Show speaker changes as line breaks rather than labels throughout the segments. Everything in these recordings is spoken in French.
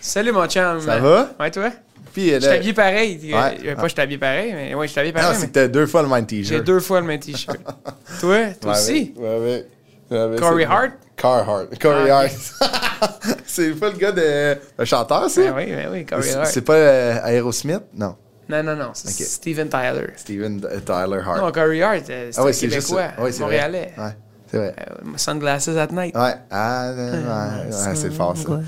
Salut mon chum.
Ça va?
Ouais, toi?
Puis euh,
Je
là,
t'habille pareil.
Ouais.
Euh, Pas que je t'habille pareil, mais ouais, je t'habille
non,
pareil.
c'est
mais
que t'as deux fois le même t-shirt.
J'ai deux fois le même t-shirt. toi, toi
Ouais,
aussi?
Ouais, ouais. ouais, ouais,
Corey
c'est-
Hart?
Carhartt. Corey
Ah,
Hart. c'est pas le gars de. Le chanteur, ça?
Ben oui, ben oui, Corey
C'est-
Hart.
C'est pas euh, Aerosmith? Non.
Non, non, non, c'est
Ok.
Steven Tyler.
Steven euh, Tyler Hart.
Non, Corey Hart, euh, c'est un Québécois,
ça. Ah Ouais, c'est vrai.
Montréalais.
Ouais, c'est vrai.
Euh, sunglasses at night.
Ouais, ah, ouais, ouais, ouais, c'est fort, ça.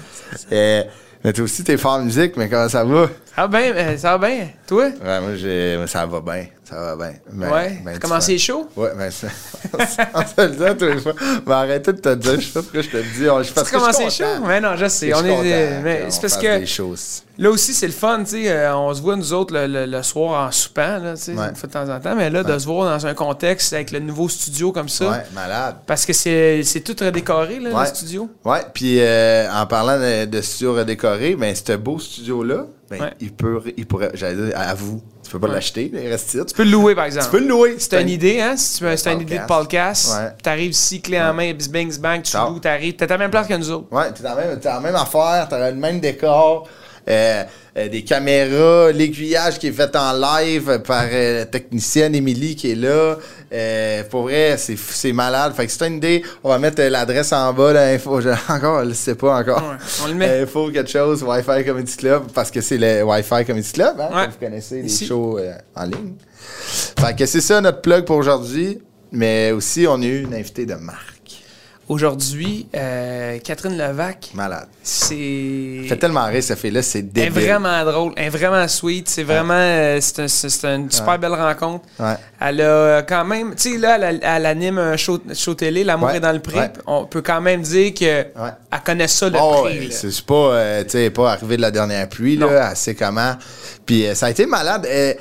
Euh, mais toi aussi, t'es fort en musique, mais comment ça va?
Ah ben, euh, ça va bien. Toi?
Ouais, moi, j'ai- moi, ça va bien. Ça va bien. Ben-
ouais.
ben,
T'as
tu
commencé
fais-
chaud?
Ouais, mais ça. On se le dit à tous les fois. Mais arrêtez de te dire, je sais pas pourquoi je te le dis. On- je- parce
Tu
que je suis
commencé
content.
chaud? Mais Ben non, je sais.
Je
On
suis
est,
content
euh, mais
qu'on
c'est parce
fasse
que
des choses.
là aussi, c'est le fun, tu sais. euh, on se voit, nous autres, le, le- le soir en soupant, là, tu sais,
Ouais.
une fois de temps en temps. Mais là, de se voir dans un contexte avec le nouveau studio comme ça.
Ouais, malade.
Parce que c'est c'est tout redécoré, là,
Ouais.
le studio.
Ouais, puis euh, en parlant de, de studio redécoré, ben, ce beau studio-là, ben,
Ouais.
il, peut, il pourrait, j'allais dire, à à vous, tu peux pas l'acheter, mais reste ici. Tu
Tu peux le louer, par exemple.
tu peux le louer.
C'est une idée, hein? Si tu veux- c'est une idée de podcast.
Ouais.
Tu arrives ici, clé en main, bis bang, bis bang, tu
Ciao.
loues, t'arrives. T'es à la même place que nous autres.
Ouais, t'es dans, la même- t'es dans la même affaire, t'as le même décor, euh, euh, des caméras, l'aiguillage qui est fait en live par euh, la technicienne Émilie qui est là. Euh, pour vrai, c'est, fou- c'est malade. Fait que si t'as une idée, on va mettre euh, l'adresse en bas, l'info. Je, encore, je sais pas encore.
Ouais, on le met.
Info quelque chose, Wi-Fi Comedy Club, parce que c'est le Wi-Fi Comedy Club, hein,
Ouais.
comme vous connaissez, les
Ici.
shows euh, en ligne. Fait que c'est ça notre plug pour aujourd'hui, mais aussi on a eu une invitée de marque.
Aujourd'hui, euh, Catherine Levac,
Malade.
c'est.
fait tellement rire, ça fait là, c'est
Elle est
débile.
vraiment drôle, elle est vraiment sweet. C'est vraiment. euh, c'est un- c'est c'est une super belle rencontre.
Ouais.
Elle a euh, quand même. Tu sais, là, elle, elle anime un show, show télé, L'amour
Ouais,
est dans le prix.
ouais.
On peut quand même dire qu'elle connaît ça, le
Oh,
prix.
ouais,
là.
c'est c'est pas, euh, tu sais, pas arrivé de la dernière pluie,
Non.
là, elle sait comment. Puis euh, ça a été malade. euh,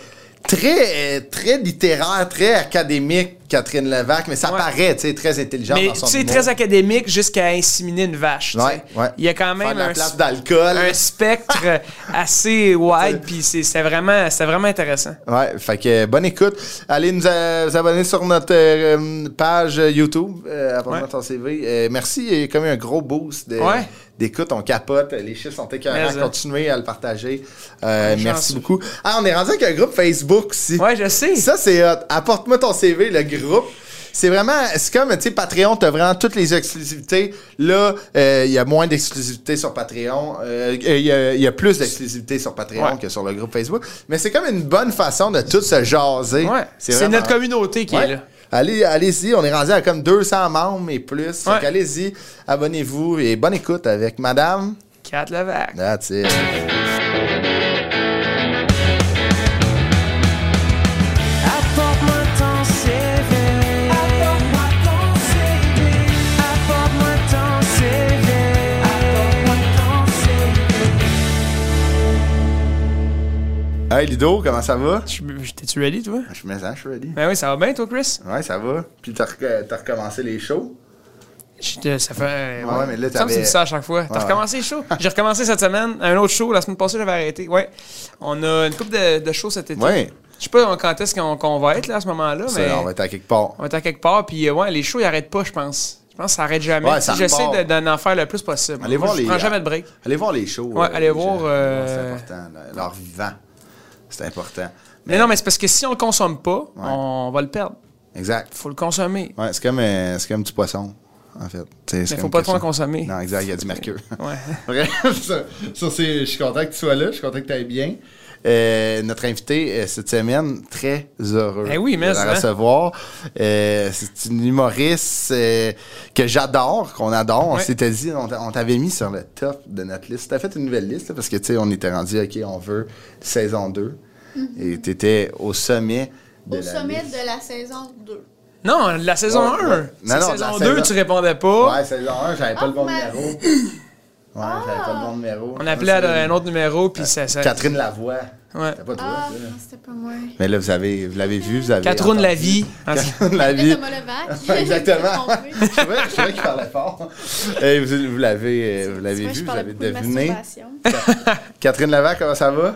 très, euh, très littéraire, très académique, Catherine Levac, mais ça
Ouais.
paraît, tu sais, très intelligente
Mais
dans son
tu sais,
humour.
très académique jusqu'à inséminer une vache. tu
Ouais,
sais.
ouais.
Il y a quand
Faire
même
de la
un,
place d'alcool.
un spectre assez wide, puis c'est c'est vraiment, c'est vraiment intéressant.
Ouais, fait que euh, bonne écoute. Allez nous euh, vous abonner sur notre euh, page euh, YouTube, euh, Abonnement
Ouais.
ton CV. Euh, merci, il y a comme un gros boost de-
Ouais.
d'écoute. On capote, les chiffres sont écœurants.
Mais, euh,
Continuez à le partager. Euh,
Bonne
merci
chance.
beaucoup. Ah, on est rendu avec un groupe Facebook aussi.
Ouais, je sais.
Ça, c'est hot. Apporte-moi ton CV, le groupe. C'est vraiment, c'est comme, tu sais, Patreon, t'as vraiment toutes les exclusivités. Là, euh, il y a moins d'exclusivités sur Patreon. Euh, Il y a- il y, a plus d'exclusivités sur Patreon
Ouais.
que sur le groupe Facebook. Mais c'est comme une bonne façon de tout se jaser.
Ouais. C'est
vraiment-
notre communauté qui
Ouais.
est là.
Allez, allez-y, on est rendu à comme 200 membres et plus. Fait
Ouais.
qu'allez-y, abonnez-vous et bonne écoute avec madame.
Cat Levac.
That's it.
Apporte-moi ton CV. Apporte-moi ton CV. Apporte-moi ton CV. Apporte-moi ton CV.
Hey Ludo, comment ça va?
Je- T'es-tu ready, toi?
Je suis maison, je suis ready.
Ben oui, ça va bien, toi, Chris?
Ouais, ça va. Puis t'as rec- t'as recommencé les shows?
Je te- ça fait. euh,
Ouais, ouais, mais là,
Il me semble que tu
t'avais-
me dis ça à chaque fois. T'as
Ouais.
recommencé les shows? J'ai recommencé cette semaine. Un autre show, la semaine passée, j'avais arrêté. Ouais. On a une couple de, de shows cet été.
Ouais.
Je sais pas quand est-ce qu'on qu'on va être là à ce moment-là,
Ça,
mais.
on va être à quelque part.
On va être à quelque part, puis euh, ouais, les shows, ils arrêtent pas, je pense. Je pense que ça arrête jamais.
Ouais, ça
Puis J'essaie
repart.
de- d'en en faire le plus possible.
Allez
Moi,
voir
je
les. euh,
prends jamais de break.
Allez voir les shows.
Ouais,
euh,
allez
les
voir,
gens.
euh,
C'est important. là. Leur vivant. C'est important.
Mais, non, mais c'est parce que si on le consomme pas, on va le perdre.
Exact.
Faut le consommer.
Ouais, c'est comme, euh, c'est comme du poisson, en fait. Mais
faut pas trop en consommer.
Non, exact. Il y a du mercure.
Ouais.
Bref, ça, ça, c'est- je suis content que tu sois là. Je suis content que tu ailles bien. Euh, notre invité euh, cette semaine, très heureux
Eh oui, mais
de
ça,
la
hein.
recevoir. Euh, c'est une humoriste euh, que j'adore, qu'on adore. On
Ouais.
s'était dit, on t'a- on t'avait mis sur le top de notre liste. T'as fait une nouvelle liste là, parce que tu sais, on était rendu, OK, on veut saison 2. Et t'étais au sommet de
Mm-hmm. Au
la
sommet
liste.
de la saison 2.
Non, de la saison
Ouais,
1.
ouais. Non, non, de la
saison 2,
saison-
tu répondais pas.
Ouais, saison 1, j'avais pas
Ah,
le bon
mais-
numéro. Ouais, j'avais pas le bon numéro.
On appelait à un autre numéro, puis ça. ça-
Catherine Lavoie.
Ouais.
C'était pas toi,
Ah,
ça.
non, c'était pas moi.
Mais là, vous avez, vous l'avez vu, vous avez.
Catherine
entendu.
Lavie.
Catherine Lavie.
Thomas Levac.
Exactement.
Je me suis
Je
trompée.
savais je savais qu'il parlait fort. Et vous vous l'avez, euh, vous
C'est
l'avez
vrai, je
vu, vous
parlais
l'avez
beaucoup de
deviné.
masturbation.
Catherine Lavac, comment ça va?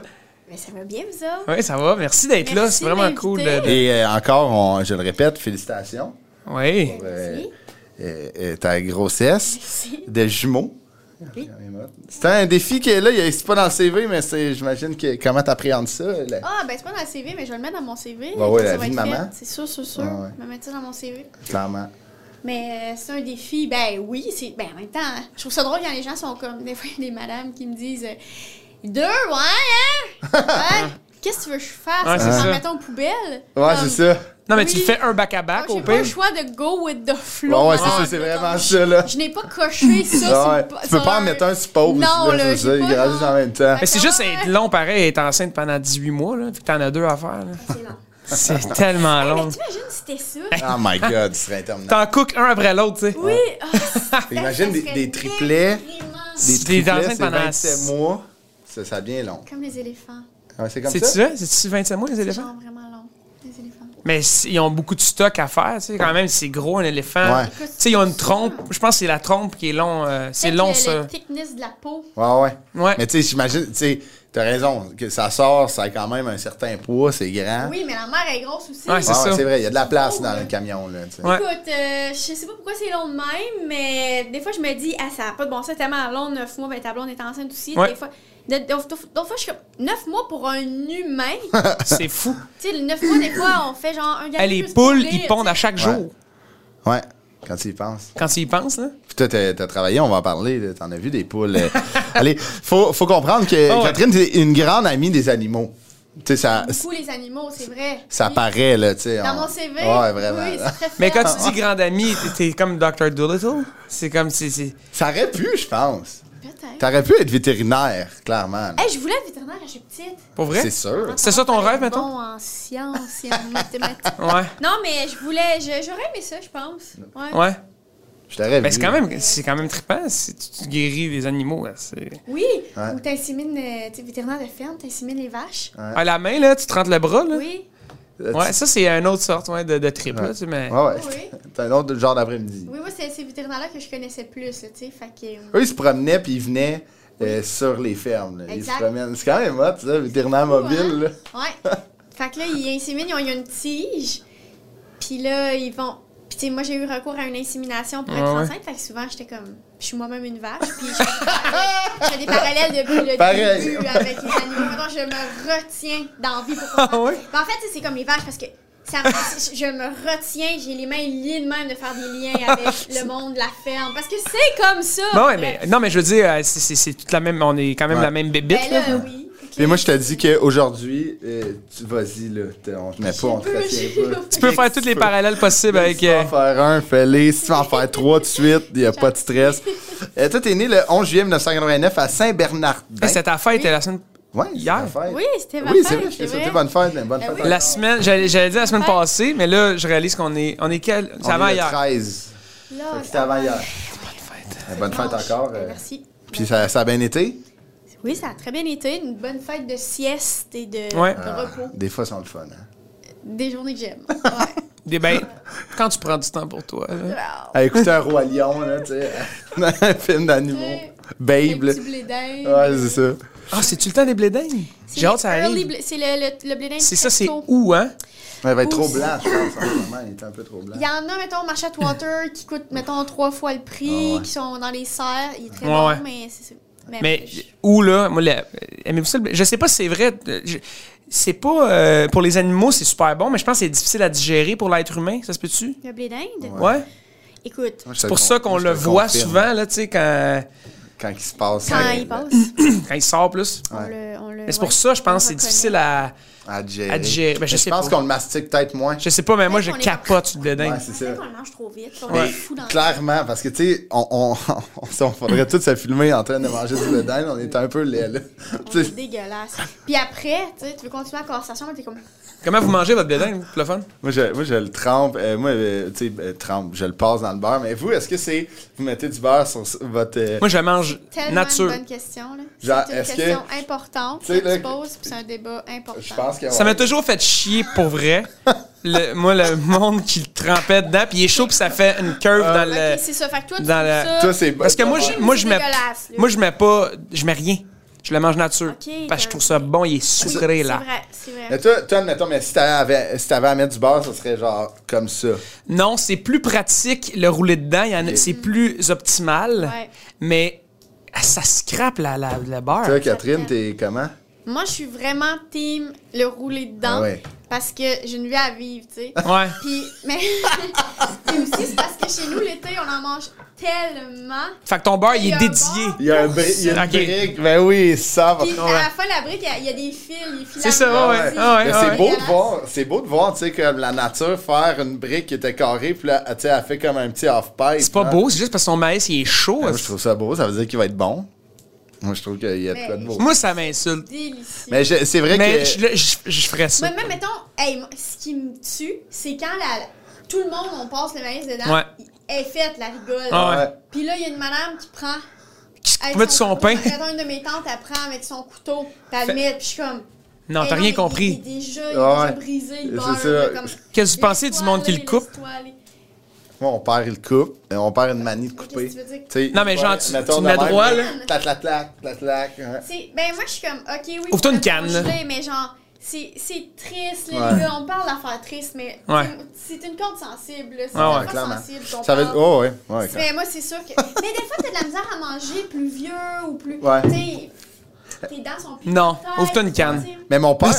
Mais ça va bien, vous autres?
Oui, ça va. Merci d'être là.
Merci
C'est vraiment
d'inviter.
cool. de- de-
Et euh, encore, on- je le répète, félicitations.
Oui.
Euh,
Merci.
euh, euh, ta grossesse
Merci.
de jumeaux.
Oui.
C'est un défi qui est là, il est- c'est pas dans le CV, mais c'est, j'imagine que comment t'appréhendes ça. là?
Ah, ben c'est pas dans le CV, mais je vais le mettre dans mon CV.
Bah Ouais, ouais,
Ça
la
va
vie
être
de
fait.
maman.
C'est sûr, sûr, sûr.
Ouais, ouais.
Je vais mettre ça dans mon CV.
Clairement.
Mais euh, c'est un défi. Ben oui, c'est. Ben en même temps, je trouve ça drôle quand les gens sont comme. Des fois, il y a des madames qui me disent euh, Deux, ouais, hein Ouais. Qu'est-ce que tu veux que je fasse
Ouais, c'est
En
ça.
mettant aux poubelles
Ouais,
Comme,
c'est ça.
Non, mais tu
Oui.
le fais un back-à-back
J'ai
au
pas le
pire. Ah,
choix de go with the flow.
Ouais, ouais, c'est
madame.
ça, c'est vraiment ça, là.
Je n'ai pas coché ça.
Ah Ouais.
sur le po-
Tu peux
sur
pas en
un-
mettre un sur pause,
Non,
là,
là,
c'est ça,
j'ai
il
pas,
grandit
non.
en même temps.
Mais c'est juste, c'est long pareil, être enceinte pendant 18 mois, là. Puis t'en as deux à faire, là.
C'est long.
C'est tellement
Mais
long.
t'imagines si c'était ça?
Oh my god, ce serait interminable.
T'en cookes un après l'autre, tu sais.
Oui! ah, ça
Imagine des-
serait
des triplets.
déprimant.
Des
Si t'es
triplets,
enceinte
c'est
pendant
27 mois, ça, ça devient long.
Comme les éléphants.
Ouais, c'est comme
C'est-tu
ça?
ça? C'est-tu 27 mois, les éléphants?
Genre vraiment long. Les éléphants.
Mais c- ils ont beaucoup de stock à faire, tu sais. Quand même, c'est gros, un éléphant.
Ouais.
Tu sais, ils ont une trompe. Je pense que c'est la trompe qui est long. euh, c'est
Peut-être
long,
le-
ça.
Le thickness de la peau.
Ouais, ouais.
Ouais.
Mais tu sais, j'imagine, tu sais, t'as raison, que ça sort, ça a quand même un certain poids, c'est grand.
Oui, mais la mère est grosse aussi.
Ouais,
Ouais,
c'est
ouais,
ça.
c'est vrai, il y a de la place
Oh,
dans le
ouais.
camion, là, tu sais.
Ouais.
Écoute, euh, je sais pas pourquoi c'est long de même, mais des fois je me dis, ah, ça n'a pas de bon sens, tellement long, 9 mois, ben ta blonde est enceinte aussi.
Ouais.
Des fois, de- d'autres d'autres fois, je suis comme, 9 mois pour un humain.
C'est fou.
tu sais, le 9 mois, des fois, on fait genre un gars
Eh, les poules, ils pondent à chaque jour.
Ouais, quand tu y penses.
Quand tu y penses, là.
Puis toi, t'as t'as travaillé, on va en parler, là, t'en as vu des poules. euh. Allez, faut, faut comprendre que
Ah ouais.
Catherine, c'est une grande amie des animaux. Tu sais, ça,
Beaucoup les animaux, c'est vrai.
ça
Oui.
paraît, là, tu sais.
Dans
on-
mon CV.
Ouais, vraiment.
Oui,
là.
c'est très
Mais quand
faible.
tu dis grande amie, t'es- t'es comme Dr. Doolittle. C'est comme. c'est- c'est-
Ça aurait pu, je pense.
Peut-être.
T'aurais pu être vétérinaire, clairement. là.
Hey, je voulais être vétérinaire quand j'étais petite.
Pour vrai?
C'est sûr.
C'est ça ton
Fallait
rêve,
être
mettons?
Bon en sciences et en mathématiques.
Ouais.
Non, mais je voulais. je- J'aurais aimé ça, je pense. Ouais.
Ouais.
Je t'aurais
Mais
vu.
c'est quand même, c'est quand même trippant si tu, tu guéris des animaux. là, c'est-
Oui.
Ouais.
Ou t'insémines. euh, Tu sais, vétérinaire de ferme, t'insémines les vaches.
À la main, là, tu te rentres le bras, là.
Oui.
Là, tu-
Ouais, ça, c'est une autre sorte ouais, de, de trip, là, tu sais, mais...
Euh, Ouais, ouais.
Oui.
T'as un autre genre d'après-midi.
Oui, oui, c'est ces vétérinaires-là que je connaissais plus, là, tu sais. Fait que. euh,
Eux, ils se promenaient puis ils venaient euh, sur les fermes. là. Ils se
Exact. hein?
promènent. C'est quand même hot, ça, vétérinaire mobile. là.
Ouais. fait que là, ils inséminent, ils ont, ils ont une tige. Puis là, ils vont. Puis tu sais, moi, j'ai eu recours à une insémination pour être
Ah ouais.
enceinte. Fait que souvent, j'étais comme. Je suis moi-même une vache. Puis je fais des parallèles depuis le
Pareil.
début avec les animaux. Donc, je me retiens d'envie pour
Ah ouais?
Mais en fait, tu sais, c'est comme les vaches parce que. ça- je je me retiens, j'ai les mains liées de même de faire des liens avec le monde, la ferme. Parce que c'est comme ça!
Ah, Bon, Ben ouais, mais, non, mais je veux dire, euh, c'est- c'est c'est toute la même... On est quand même
Ouais.
la même bébite,
Ben
là.
là, oui.
Puis moi, je te dis qu'aujourd'hui, euh, tu vas-y, là. T'es- On te met pas, on te retient pas.
Tu peux faire tous les parallèles possibles avec...
Si tu vas
euh,
en faire un, fais-les. Si tu vas en faire trois de suite, il n'y a pas de stress. Euh, toi, t'es né le 11 juillet 1989 à Saint-Bernardin.
hey, C'était ta fête euh, la semaine...
Ouais,
hier.
c'est ta fête.
Oui, c'était ma
Oui, c'est
fête,
vrai, je t'ai
c'est
souhaité
vrai.
bonne fête. mais Bonne
Ben
fête.
oui.
encore.
La semaine... J'allais j'allais dire la semaine
Ouais.
passée, mais là, je réalise qu'on est... On est quel...
On
C'est avant
est le
hier.
13.
Là,
Fait que C'était avant
Ah, ça-
hier. Euh, Bonne fête
Dimanche.
encore.
Ben,
euh.
Merci.
Puis ça, ça a bien été?
Oui, ça a très bien été. Une bonne fête de sieste et de,
Ouais.
de
Ah,
repos.
Des fois, c'est le fun. hein.
Des journées que j'aime. Ouais.
Des ben, quand tu prends du temps pour toi, là.
Wow.
À écouter un roi lion, là, tu sais, un film d'animaux.
Ouais. Les
Babe, là.
petits blés d'Inde.
Ouais, c'est ça.
Ah, c'est-tu le temps des blédins?
C'est
J'ai hâte
le
que ça
early
arrive.
blé- C'est le, le, le blé d'Inde
C'est ça,
très
c'est
tôt.
où, hein?
Ouais, Il va être trop
Ouh.
blanc, je pense, en ce moment. Il est un peu trop blanc.
Il y en a, mettons, Marchat Water, qui coûtent, mettons, trois fois le prix,
Ah ouais.
qui sont dans les serres. Il est très
Ouais,
bon,
ouais.
mais c'est ça.
Mais où là, moi, la- aimez-vous ça? le- Je sais pas si c'est vrai. euh, je- C'est pas. euh, pour les animaux, c'est super bon, mais je pense que c'est difficile à digérer pour l'être humain. Ça se peut-tu?
Le blé d'Inde?
Ouais.
Écoute,
Moi, je te
C'est pour
con-
ça qu'on
moi, je
le
te
voit
confirme.
souvent, là, tu sais, quand,
Quand il se passe.
quand
euh,
il passe,
quand il sort plus.
on le. on le-
Mais c'est pour
ouais,
ça, je
on le
pense que c'est
reconnaît.
difficile à.
À digérer.
À digérer, ben, je
Mais
sais
pense
pas.
qu'on le mastique peut-être moins.
Je sais pas, mais moi, je
qu'on est-
capote sur le blédin.
Ouais, c'est ça.
Peut-être qu'on le mange trop vite. puis On
Ouais.
est fou dans le-
Clairement, parce que, tu sais, on, on, on- on faudrait tous se filmer en train de manger du blé d'Inde. On est un peu laid, là.
C'est
Tu sais,
dégueulasse. Puis après, tu sais, tu veux continuer la conversation, mais t'es comme.
Comment vous mangez votre blédin, pour le fun?
moi, je, moi, je le trempe. euh, moi, euh, tu sais, euh, trempe, je le passe dans le beurre. Mais vous, est-ce que c'est. Vous mettez du beurre sur s- votre. euh,
Moi, je mange Vierge,
Tellement
nature.
une bonne question. là.
Genre,
C'est une
est-ce que-
question importante
Tu
que
sais, là,
tu poses, puis c'est un débat important.
Je pense que.
Ça m'a toujours fait chier pour vrai. Le- moi, le monde qui le trempait dedans, puis il est chaud, puis ça fait une curve dans le.
Ok, c'est ça. Fait que toi, tu
dans
trouves
la-
ça...
Toi, c'est
Parce que moi,
Ouais.
je, moi, je
C'est
mets,
dégueulasse, là.
moi, je mets pas, je mets rien. Je le mange nature.
Ok,
parce que je
t'as-
trouve ça bon, il est sucré,
C'est
là.
vrai, c'est vrai.
Mais toi, toi, admettons, mais si t'avais si t'avais à mettre du beurre, ça serait genre comme ça.
Non, c'est plus pratique, le rouler dedans, il y en a- c'est plus optimal.
Ouais.
Mais ah, ça scrape la, la, le
Ah,
beurre.
Toi, Catherine, t'es comment?
Moi, je suis vraiment team le rouler dedans
Ah ouais.
parce que j'ai une vie à vivre, tu sais.
Ouais.
Puis, mais puis aussi, c'est parce que chez nous, l'été, on en mange tellement.
Fait que ton beurre,
Il
il
y a
est
un
dédié.
beurre.
Il y a, un bri- il y a une
Ok.
brique. Ben oui, ça va.
Puis à la fin, la brique, il y a- il y, a des fils, des fils
C'est ça, ouais, ouais, ouais,
Mais
ouais.
Ben, c'est beau de voir, c'est beau de voir, tu sais, comme la nature faire une brique qui était carrée, puis là, tu sais, elle fait comme un petit off-pipe.
C'est pas
hein.
beau, c'est juste parce que son maïs, il est chaud.
Ah, Moi, je trouve ça beau, ça veut dire qu'il va être bon. Moi, je trouve qu'il y a de quoi de beau.
Moi, ça m'insulte.
Délicieux.
Mais je- c'est vrai
Mais
que.
je, le- je, je ferais ça.
Moi, même, mettons, hey, moi, ce qui me tue, c'est quand la, tout le monde, on passe le maïs dedans,
Ouais.
il- elle est faite, la rigole.
Ah ouais.
Ouais.
Puis là, il y a une madame qui prend.
Pour
avec
mettre son pain.
Mettons, une de mes tantes, elle prend avec son couteau, puis elle le met, puis je suis comme.
Non,
Hey,
t'as rien
mais Il,
compris.
il est déjà, il est
Ah
déjà
ouais.
brisé, le
C'est
beurre,
ça.
là, comme-
Qu'est-ce que tu pensais du
Laisse-toi
monde qui le
aller,
coupe?
laisse-toi aller.
Moi, on perd le coupe, et on perd une manie de couper.
Qu'est-ce que tu veux dire?
T'sais,
Non, mais genre,
ouais,
tu-
mettons
tu
de
mets
même,
droit,
là.
là.
Clac, clac, clac, clac, clac. ouais.
C'est- Ben, moi, je suis comme, OK, oui.
Ouvre-toi une
faut
canne, là.
manger, Mais genre, c'est c'est triste, là,
Ouais.
les gars. On parle d'affaires tristes, mais
Ouais.
c'est c'est une corde sensible. là, C'est
Ah ouais,
une corde
Clairement.
sensible. qu'on
Ça veut
parle.
Oh, ouais. ouais clairement.
Mais moi, c'est sûr que. mais des fois, t'as de la misère à manger plus vieux ou plus.
Ouais.
Tu sais, tes dents sont plus.
Non,
petites,
ouvre-toi une canne.
tu sais.
Mais mon père,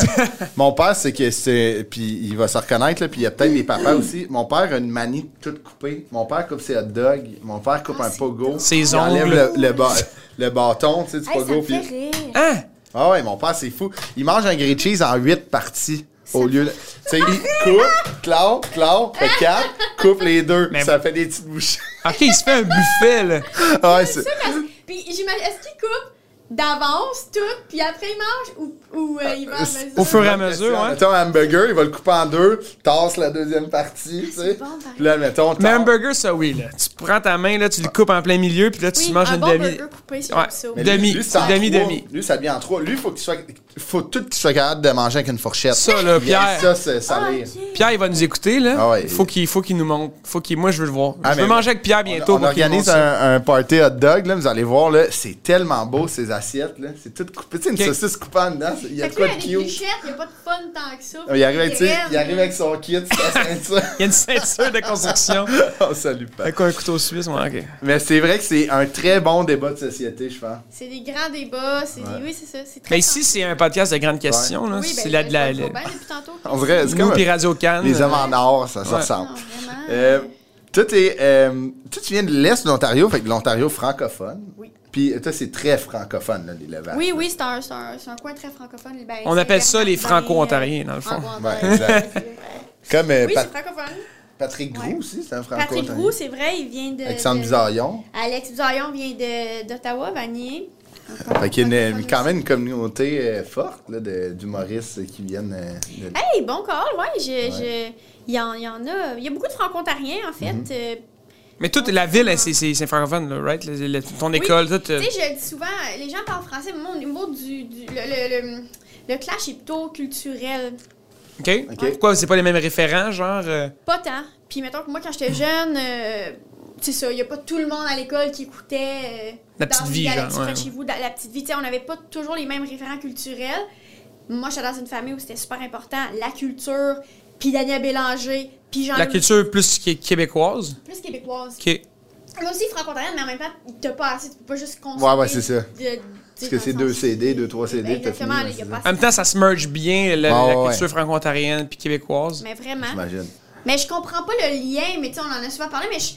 mon père, c'est que c'est. Puis il va se reconnaître, là, puis il y a peut-être des papas aussi. Mon père a une manie de tout couper. Mon père coupe ses hot dogs. Mon père coupe
Ah,
un
c'est
pogo.
Ses
il enlève
ongles.
le, le, ba- le bâton, tu sais, du
Hey, ça
pogo.
me fait
Puis...
rire.
Hein?
Ah ouais, mon père, c'est fou. Il mange un grilled cheese en huit parties. Au lieu de. Tu sais, il coupe, claw, claw, fait quatre, coupe les deux.
Mais-
Ça fait des petites bouchées.
Ok, il se fait un buffet, là.
Ah ouais,
C'est
c'est.
ça, parce Puis j'imagine, est-ce qu'il coupe d'avance tout, puis après il mange ou, ou euh, il va à mesure?
Au fur et à mesure, ouais.
Mettons un hamburger, il va le couper en deux, tasse la deuxième partie, tu sais.
Ah, bon, par
Puis là, mettons,
Mais
tasse-
un burger, ça oui, là. Tu prends ta main, là, tu le coupes en plein milieu, puis là, tu
Oui,
manges
un
une
bon
demi.
burger coupé, c'est
Ouais.
comme ça. Mais
Mais
Demi,
lui, lui, c'est en
demi,
trois.
demi.
Lui, ça devient en trois. Lui, faut qu'il soit, faut tout qu'il soit capable de manger avec une fourchette.
Ça, là, Pierre.
Ça, c'est
Ah,
salé.
ok.
Pierre, il va nous écouter, là.
Ah ouais.
Faut qu'il faut qu'il nous montre. Faut qu'il, moi, je veux le voir.
Ah,
je veux
mais-
manger avec Pierre
On-
bientôt.
On,
pour qu'il
organise
nous montre ça.
un, un party hot dog, là, vous allez voir, là, c'est tellement beau ces assiettes, là. C'est tout coupé. Tu sais, une
Ok.
saucisse coupée en dedans, c'est- il y a
Fait
de
que là,
quoi
il y a
de
des
cute.
clichettes, il n'y a pas de fun tant que ça.
Il arrive, avec, tu sais,
graines.
il arrive avec son kit, sa ceinture.
Il y a une ceinture de construction.
On salue pas.
avec un couteau suisse, ouais, ok.
Mais c'est vrai que c'est un très bon débat de société, je pense.
C'est des grands débats. c'est Des... Oui, c'est ça. C'est très
Mais Ben, ici, c'est un podcast de grandes questions, là.
sensible. oui, ben,
c'est la de la.
je
la-
le comprends bien depuis tantôt.
On dirait, c'est
Nous,
comme
puis Radio Cannes.
les hommes en or, ça se
Ouais.
ressemble.
Non, vraiment.
Euh, toi, t'es, euh, toi, tu viens de l'Est de l'Ontario, fait que de l'Ontario francophone.
Oui.
Puis euh, toi, c'est très francophone, là, les Levaques.
Oui, oui, c'est un, c'est un, c'est un coin très francophone. Ben,
On
c'est
appelle ça les
Bernard-Henri,
Franco-Ontariens, dans le fond.
Franco-Ontariens,
Ouais, exact.
ouais.
Comme euh,
Oui,
Pat-
c'est francophone.
Patrick Groux
Ouais.
aussi, c'est un francophone.
Patrick Roux, c'est vrai, il vient de.
Alexandre
de-
Bizarion.
Alex Bizarion vient de- d'Ottawa, Vanier.
Fait qu'il y a une- une- quand même une communauté euh, forte là, de- d'humoristes euh, qui viennent euh, de-
Hey, hein? bon call, ouais. je- je- Il y, en, il y en a. Il y a beaucoup de franco-ontariens, en
Mhm.
fait. euh,
Mais toute la ville, elle, c'est, c'est, c'est francophone, là, right? Le- le- ton école,
Oui.
tout. euh,
Tu sais, je le dis souvent, les gens parlent français, mais moi, au niveau du. du- le, le- le- le clash est plutôt culturel.
OK?
Ok.
Pourquoi c'est pas les mêmes référents, genre. euh,
Pas tant. Puis, mettons que moi, quand j'étais jeune, euh, c'est ça, il n'y a pas tout le monde à l'école qui écoutait. euh,
La petite
dans-
vie,
dans la
genre,
petite
ouais,
près de
ouais.
chez vous, dans la petite vie. Tu sais, on n'avait pas toujours les mêmes référents culturels. Moi, j'étais dans une famille où c'était super important. La culture, puis Daniel Bélanger, puis jean
la culture plus qui est québécoise.
Plus québécoise.
OK.
Moi aussi, franco-ontarienne, mais en même temps, t'as pas assez, tu peux pas juste consommer.
Ouais, ouais, c'est ça.
de- de-
Parce que
dans
c'est
le
deux
sens-
CD, deux, trois CD, puis t'as
Exactement,
fini,
là,
ouais,
y a
c'est
pas
ça.
En même temps, ça se merge bien, la,
Ah,
la
ouais.
culture franco-ontarienne puis québécoise.
Mais vraiment.
j'imagine.
Mais je comprends pas le lien, mais tu sais, on en a souvent parlé, mais je.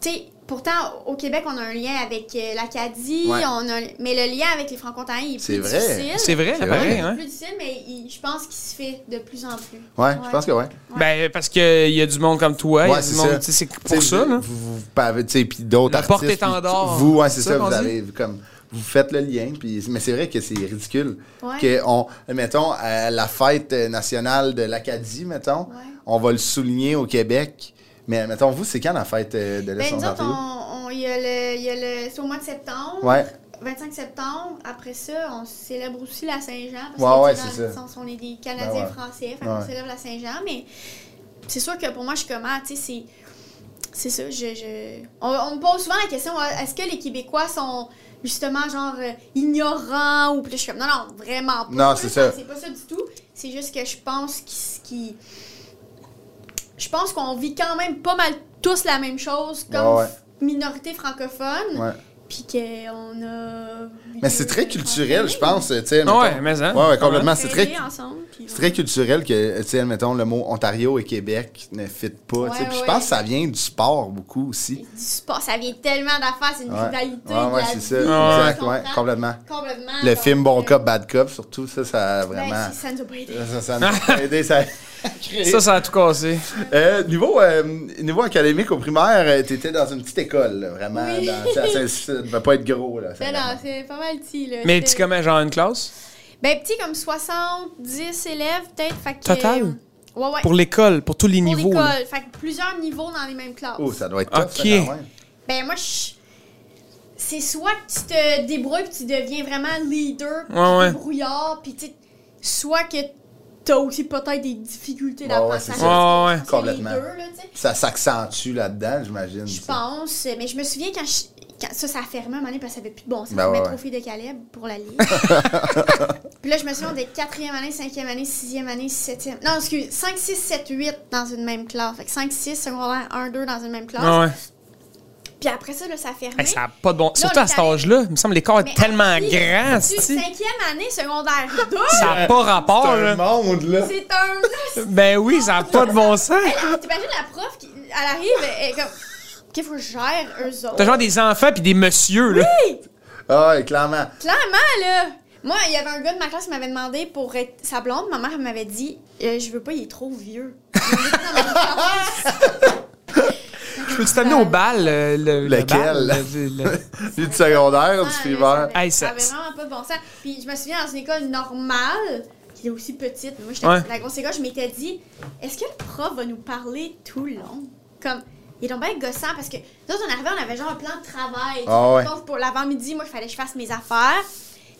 Tu sais, pourtant, au Québec, on a un lien avec euh, l'Acadie,
Ouais.
on a- mais le lien avec les franco-ontariens, il est plus
C'est vrai.
difficile.
C'est vrai,
C'est
pareil,
vrai.
Il est
hein?
plus difficile, mais il- je pense qu'il se fait de plus en plus.
Ouais, je pense que ouais.
Ben, parce qu'il y a du monde comme toi, il y a
Ouais,
du
c'est
monde,
ça.
tu sais, c'est pour
T'sais,
ça, là.
Vous, vous, vous pavez, tu sais, puis d'autres
La
artistes.
porte étendard.
puis Vous, ouais, c'est
C'est
ça,
ça qu'on
vous
dit?
avez comme. Vous faites le lien, puis mais c'est vrai que c'est ridicule.
Ouais.
Que on, mettons, à la fête nationale de l'Acadie, mettons, on va le souligner au Québec. Mais mettons, vous, c'est quand la fête euh, de l'Est
Ben,
en
nous autres,
Ontario?
on, on on- il y a le. il y a le- C'est au mois de septembre.
Ouais.
25 septembre, après ça, on célèbre aussi la Saint-Jean. Parce
Ouais, ouais,
tu sais,
c'est
dans le
ça.
sens, on est des Canadiens
Ben ouais.
français, fait
Ouais.
on célèbre la Saint-Jean. Mais c'est sûr que pour moi, je suis comme, ah, tu sais, c'est. C'est ça, je. je- On, on me pose souvent la question ah, est-ce que les Québécois sont justement genre euh, ignorants ou plus je suis comme non non vraiment pas
Non,
là,
c'est ça.
c'est pas ça du tout c'est juste que je pense qu'ils qu'ils- je pense qu'on vit quand même pas mal tous la même chose comme
Ouais, ouais.
f- minorité francophone
Ouais.
puis qu'on a
Mais c'est très culturel, je pense, tu sais. mettons.
Ouais, mais hein.
Ouais, ouais, complètement. C'est très,
Traîner ensemble, puis
c'est très culturel que, tu sais, mettons, le mot Ontario et Québec ne fit pas, tu sais.
Ouais,
Puis je
ouais.
pense que ça vient du sport beaucoup aussi.
du sport, ça vient tellement d'affaires, c'est une
Ouais,
rivalité
ouais,
de
ouais,
la
c'est ça.
vie,
Exact,
tu
ouais,
comprends?
complètement.
Complètement,
Le
donc,
film Bon
euh,
Cop, Bad Cop, surtout, ça, ça a
ben,
vraiment. Euh,
c'est- ça nous a pas aidé.
Ça, ça nous a aidé, ça. a créé.
Ça, ça a tout cassé.
Euh, niveau, euh, niveau académique au primaire, euh, t'étais dans une petite école, là, vraiment.
Oui.
dans- ça, ça- ça devait pas être gros, là. ça,
Ben
vraiment.
non, c'est pas mal petit, là.
Mais
C'était-
petit comment, genre une classe?
Ben petit comme 70 élèves, peut-être, fait que... euh,
Total?
Ouais, ouais.
Pour l'école, pour tous les
Pour
niveaux. là.
l'école, fait que plusieurs niveaux dans les mêmes classes.
Oh, ça doit être tough, ça,
Ok.
quand même.
Ben moi, je... c'est soit que tu te débrouilles puis tu deviens vraiment leader, puis
Ouais, ouais.
brouillard, puis tu sais, soit que t'as aussi peut-être des difficultés
Ouais,
d'apprentissage.
ouais, c'est
ça. Ouais, ouais.
parce que les
Complètement.
deux, là, tu sais.
Ça s'accentue là-dedans, j'imagine.
Je
tu sais.
pense, mais je me souviens quand, je- quand ça, ça a fermé un moment donné parce que ça avait plus de bon sens.
Ben
on met
ouais, ouais.
trophée de Caleb pour la ligue. Puis là, je me souviens des quatrième année, cinquième année, sixième année, septième. Non, excuse, 5, 6, 7, 8 dans une même classe. Fait que 5, 6, secondaire 1, 2 dans une même classe.
Ah ouais.
Puis après ça, là, ça a fermé.
Hey, ça a pas de bon. Surtout
on
à
est
cet
allé-
âge-là, il me semble l'écart
Mais
est tellement
si,
grand,
tu-
c'ti.
Cinquième année, secondaire 2.
Ça a pas rapport,
C'est un
là.
monde, là.
C'est un.
Ben oui, ça a pas de bon sens.
Hey, T'imagines la prof qui. Elle arrive, elle est comme. Qu'il faut que je gère eux autres.
T'as genre des enfants puis des messieurs, là.
Ah, ouais, clairement.
Clairement, là! Moi, il y avait un gars de ma classe qui m'avait demandé pour être sa blonde. Ma mère elle m'avait dit Euh, Je veux pas, il est trop vieux.
Je peux-tu t'amener au bal? euh, le, le
Lequel?
bal, le- le- le-
C'est du secondaire, du primaire.
Hey,
ça
ça-
avait vraiment pas de bon sens. Puis je me souviens, dans une école normale, qui était aussi petite, mais moi, j'étais
Ouais.
la grosse école, je m'étais dit Est-ce que le prof va nous parler tout le long Comme. Il est donc bien gossant parce que nous autres, on arrivait, on avait genre un plan de travail.
Ah ouais.
Sauf pour l'avant-midi, moi, il fallait que je fasse mes affaires.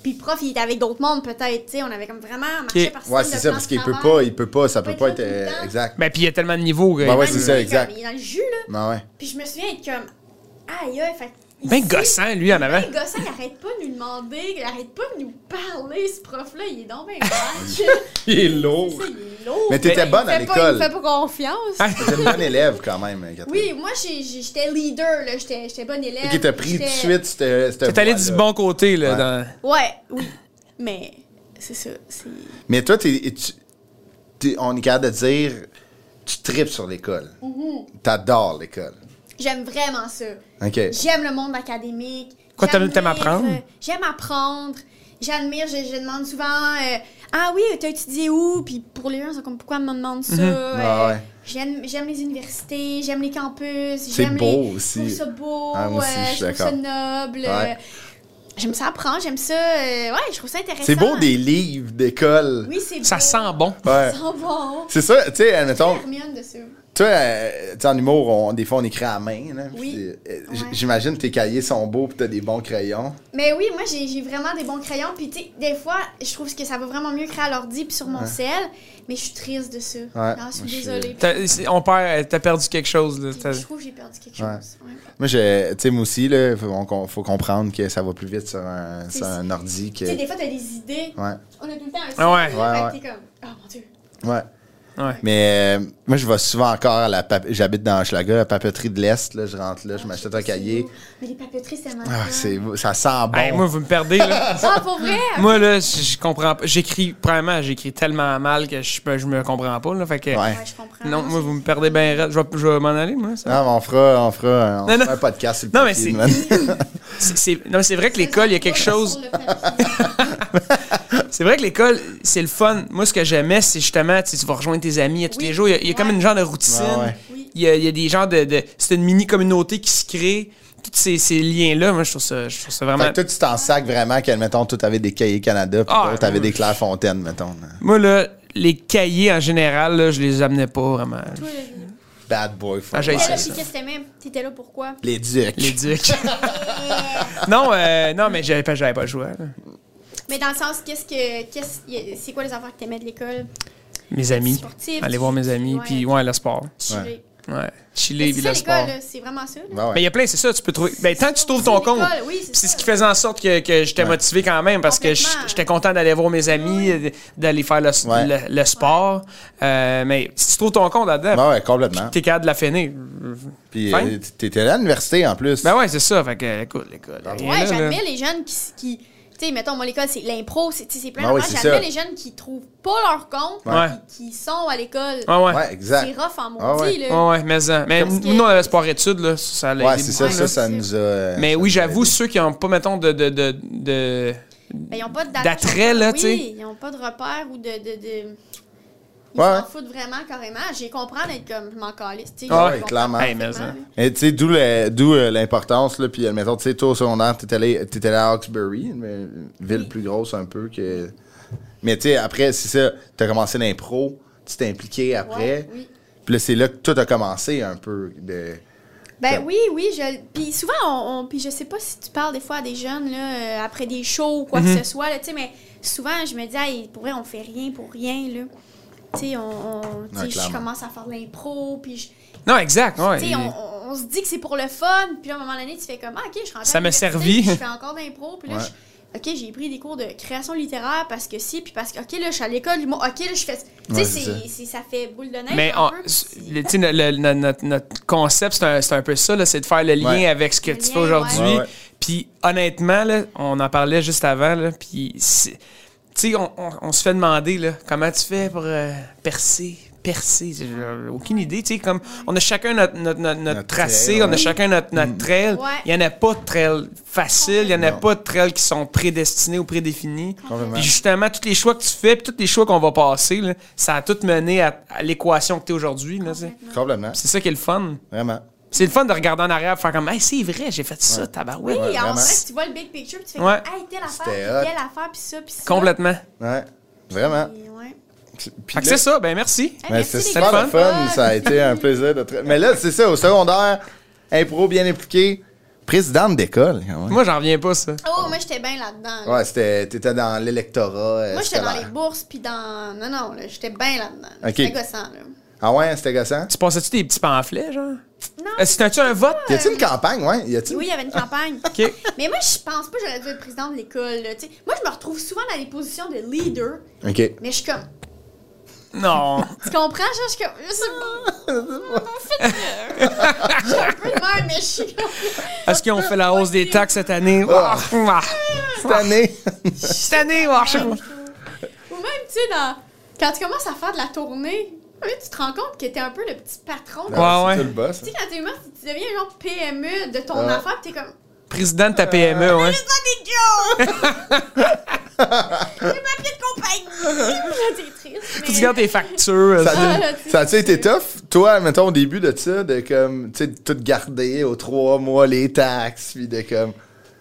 Puis le prof, il était avec d'autres mondes, peut-être. tu sais, On avait comme vraiment marché
Ok.
par
Ouais,
semaine
c'est
de
ça,
plan
parce
de
qu'il peut
travail.
pas, il peut pas, ça peut
Faut
pas
être
être
là tout le
euh,
temps.
exact.
Ben puis il y a tellement de niveaux, gars.
Ben ouais,
Ouais,
c'est
mais
ça,
comme,
exact.
Il est dans le jus, là.
Ben ouais.
Puis je me souviens être comme. Aïe, aïe, fait. que
Ben
ici,
gossant, lui, en avant.
Ben gossant, il arrête pas de nous demander, il arrête pas de nous parler, ce prof-là, il est donc bien vache.
Il est lourd.
Ça, il est lourd.
Mais t'étais
Il
bonne à
fait pas- Il me
l'école.
fait pas confiance.
T'étais une bonne élève, quand même, Catherine.
Oui, moi, j'ai- j'ai- j'étais leader, là. J'étais j'étais bonne élève.
Et qui t'a pris tout de
j'étais-
suite, c'était.
T'es allé du bon côté, là. Dans...
Ouais, oui. Mais c'est ça. c'est-
Mais toi, t'es, et tu- t'es- on est capable de dire, tu tripes sur l'école.
Mm-hmm.
T'adores l'école.
J'aime vraiment ça.
OK.
J'aime le monde académique.
Quoi, t'aimes-
J'admire,
t'aimes apprendre?
euh, J'aime apprendre. J'admire, je, je demande souvent euh, Ah oui, t'as étudié où Puis pour les gens, ils sont comme Pourquoi elle me demande
Mhm.
ça Euh,
Ah ouais.
J'aime j'aime les universités, j'aime les campus.
C'est
j'aime
beau
les-
aussi.
Je trouve ça beau,
Ah, moi aussi,
euh,
je suis
je trouve ça
d'accord.
noble.
Ouais.
euh, j'aime ça apprendre, j'aime ça. euh, ouais, je trouve ça intéressant.
C'est beau des livres d'école.
Oui, c'est beau.
Ça sent bon.
Ouais.
Ça sent bon.
C'est ça, tu sais, admettons,
Hermione dessus.
toi, euh, tu sais, en humour, on- des fois, on écrit à la main. là,
Oui.
puis, euh, j-
Ouais.
J'imagine que tes cahiers sont beaux puis t'as des bons crayons.
Mais oui, moi j'ai j'ai vraiment des bons crayons. Puis tu sais, des fois, je trouve que ça va vraiment mieux créer à l'ordi puis sur mon cel. Mais je suis triste de ça. Non, je
Moi, je
suis
suis-
désolée.
T'as- c'est- on perd, t'as perdu quelque chose, là.
Puis
T'as-
Je trouve que j'ai perdu quelque chose. Ouais.
Moi, je, tu sais, moi aussi, là, faut, on- faut comprendre que ça va plus vite sur un, sur un ordi que.
Tu sais, des fois t'as des idées.
Ouais.
On a tout le temps un
Ah ouais.
cell,
Ouais,
fait que t'es comme, oh mon dieu.
Ouais.
Ouais.
Mais euh, moi, je vais souvent encore à la pap- J'habite dans Schlager, la papeterie de l'Est. là, Je rentre là, je m'achète un cahier.
Mais les papeteries, c'est tellement.
Ah,
fun.
c'est, beau, ça sent bon.
Hey, moi, vous me perdez, là.
Ah, pour vrai!
Moi, là, je je comprends pas. J'écris, premièrement, j'écris tellement mal que je, peux- je me comprends pas, là. Fait que.
Ouais.
Ouais, je comprends.
Non, moi, vous me perdez bien. raide. Je vais, je vais m'en aller, moi, ça.
Non, Ah, mais on fera, on fera, on
Non,
fera
non.
un podcast sur le
Non, mais
papier,
c'est-
man.
C'est- c'est- non, mais c'est vrai que l'école, il y a quelque chose.
Sur le papier.
C'est vrai que l'école, c'est le fun. Moi, ce que j'aimais, c'est justement, tu sais, tu vas rejoindre tes amis à tous
Oui.
les jours. Il y a, il y a comme
Ouais.
une genre de routine.
Ouais, ouais.
Oui.
Il, y a, il y a des genres de. de- c'est une mini-communauté qui se crée. Tous ces, ces liens-là, moi, je trouve ça, je trouve ça vraiment.
Fait que toi, tu t'en sacs vraiment qu'elle, mettons, toi, t'avais des cahiers Canada, puis
Ah,
toi, t'avais
oui.
des Claire Fontaine, mettons.
Moi, là, les cahiers en général, là, je les amenais pas vraiment.
Toi, là,
bad boy. for
Ah, j'ai
life.
T'étais là,
c'est
puis
ça.
qu'est-ce que t'aimais? T'étais là pourquoi?
Les ducs.
Les dicks. non, euh, non, mais j'avais pas, j'avais pas joué. là.
Mais dans le sens, qu'est-ce que. qu'est-ce- y a- C'est quoi les affaires que t'aimais de l'école?
Mes amis.
Sportif.
Aller voir mes amis.
Ouais.
Puis, ouais, le sport.
Chiller.
Ouais. Chiller,
Mais Ben,
puis
C'est
le
ça
sport.
l'école, là, c'est vraiment ça. là.
Ben ouais.
Mais il y a plein, c'est ça, tu peux trouver. Ben, tant que tu trouves ton
C'est
compte.
l'école, oui, c'est
c'est ce
ça.
qui faisait en sorte que, que j'étais motivé quand même parce que
Complètement.
j'étais content d'aller voir mes amis, euh, d'aller faire le,
Ouais.
le- le sport. Euh, mais si tu trouves ton compte là-dedans,
Ben ouais, complètement.
t'es capable de la finir.
Puis
Fine.
euh, t'étais là à l'université en plus.
Ben ouais, c'est ça. Fait que, écoute, l'école. rien
Ouais,
là, là.
j'admire les jeunes qui. qui tu sais, mettons, moi, l'école, c'est l'impro, c'est tu sais, c'est plein
Ah oui,
d'affaires.
c'est
J'admire
ça.
les jeunes qui trouvent pas leur compte,
Ouais.
qui, qui sont à l'école.
Ah Ouais, ouais.
Ouais,
C'est
exact.
rough en maudit,
Ah ouais.
là.
Ouais, ouais, mais, euh, mais
Parce que-
nous, on avait sport-études, là. Ça l'a
Ouais,
aidé
c'est
beaucoup,
ça, ça,
là.
ça nous a. euh,
Mais
ça
oui,
nous a
j'avoue,
aidé.
ceux qui n'ont pas, mettons, de. de, de, de-
Ben, ils ont pas d'attrait.
d'attrait, là, tu sais.
Oui, ils ont pas de repères ou de. de, de... Ils
Ouais.
s'en foutent vraiment carrément. J'ai compris d'être comme, je m'en calisse. tu sais,
Ah
je
ouais,
comprends
clairement.
Hey, mais hein.
parfaitement,
ça.
là.
Et tu sais, d'où le- d'où, euh, l'importance, là. Puis, admettons, tu sais, toi, au secondaire, t'étais allé, t'étais allé à Hawkesbury, une une ville plus grosse un peu que. Mais tu sais, après, c'est ça, t'as commencé l'impro, tu t'es impliqué après.
Ouais, oui.
Puis là, c'est là que tout a commencé un peu. De...
Ben oui, oui, je puis souvent on, on- puis je sais pas si tu parles des fois à des jeunes là euh, après des shows ou quoi
Mhm.
que ce soit là, tu sais mais souvent je me dis hey, pour vrai on fait rien pour rien là. Tu sais on, on- tu sais,
Ouais,
je
clairement.
commence à faire de l'impro puis je-
Non, exact. Ouais.
tu sais on, on- on se dit que c'est pour le fun puis là, à un moment donné tu fais comme ah, OK, je rentre
Ça m'a servi.
Je fais encore d'impro puis là
Ouais.
je- OK, j'ai pris des cours de création littéraire parce que si puis parce que OK là je suis à l'école d'humour. OK là je fais tu
Ouais,
sais
c'est
c'est
ça.
c'est- ça fait boule de neige
Mais
un
on-
peu, puis
c'est-
c'est-
le- tu sais, le- le- notre, notre- notre concept, c'est un, c'est un peu ça, là, c'est de faire le lien
Ouais.
avec ce que
Le
tu
lien,
fais aujourd'hui.
ouais. Ouais, ouais.
Puis honnêtement, là, on en parlait juste avant, là, puis c'est- tu sais, on, on- on se fait demander là, comment tu fais pour euh, percer, percer. J'ai- j'ai aucune idée. tu sais, comme on a chacun notre, notre- notre- notre
Notre
tracé,
trail,
on a
ouais. Mm.
chacun notre, notre trail.
Ouais.
Il n'y en a pas de trail facile, il n'y en a
Non.
pas de trail qui sont prédestinés ou prédéfinis.
Complètement.
Puis justement, tous les choix que tu fais, puis tous les choix qu'on va passer, là, ça a tout mené à, à l'équation que tu es aujourd'hui. là, tu sais.
Complètement.
C'est ça qui est le fun.
Vraiment.
C'est le fun de regarder en arrière faire comme Hey, c'est vrai, j'ai fait ça,
Oui,
tabarouette.
Ouais,
en
vraiment.
vrai, tu vois le big picture, puis tu fais
Ouais.
comme, hey, telle affaire,
C'était
puis
hot.
telle affaire, puis ça, puis ça.
Complètement.
Ouais. Vraiment.
Et ouais.
Puis
Fait que
là-
c'est ça, ben merci.
Hey,
Mais
merci,
c'est
les
super
gars.
le fun, ça a été un plaisir de tra- Mais là, c'est ça, au secondaire, impro bien impliqué, présidente d'école. quand même.
Moi, j'en reviens pas, ça.
Oh, moi, j'étais bien là-dedans. là.
Ouais, c'était t'étais dans l'électorat. euh,
moi, j'étais dans les
scolaire.
bourses, puis dans. Non, non, là, j'étais bien là-dedans. là.
Ok.
C'était gossant, là.
Ah ouais, c'était gossant.
Tu passais-tu des petits pamphlets, genre?
Non.
Euh, C'était-tu un vote?
Y a-t-il une campagne, ouais? Y a-t-il
Oui, il y avait une campagne.
OK.
Mais moi, je pense pas que j'aurais dû être président de l'école. là, tu sais. Moi, je me retrouve souvent dans des positions de leader,
OK.
mais je suis comme.
Non.
Tu comprends? Genre, je suis comme. Je sais pas. Je suis un peu de même, mais je suis comme.
Est-ce qu'ils ont fait la hausse des taxes cette année?
Ah.
Ah.
Cette année.
Cette année, ah, je sais pas.
Ou même, tu sais, dans- quand tu commences à faire de la tournée, là, tu te rends compte que t'es un peu le petit patron.
Ouais, ouais.
C'est le boss.
Tu sais, quand t'es humain, tu deviens genre PME de ton
Ouais.
affaire, pis t'es comme.
Président de ta PME, ouais.
Fais-moi des jokes! J'ai papier de compagnie! Là, t'es triste.
Tu
mais-
gardes tes factures. euh.
Ça
ça.
a-
Ah, tu-
Ça a-tu été tough? Toi, mettons, au début de ça, de comme, tu sais, tout garder aux trois mois, les taxes, puis de comme.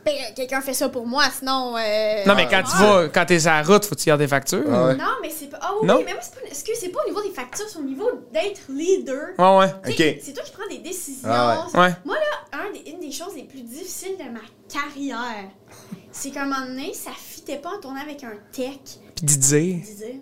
Ben, euh, quelqu'un fait ça pour moi, sinon. euh,
Non, mais quand
ah,
tu vas, quand t'es sur la route, faut que tu gardes tes factures.
Ah ouais.
Non, mais c'est pas. Ah oui,
Non?
mais moi, c'est pas. Excuse, c'est pas au niveau des factures, c'est au niveau d'être leader.
Ouais, ouais.
Tu
Ok.
sais, C'est toi qui prends des décisions.
Ah ouais.
C'est-
Ouais.
Moi, là, un des- une des choses les plus difficiles de ma carrière, c'est qu'à un moment donné, ça fitait pas en tournant avec un tech.
Puis Didier.
Je disais,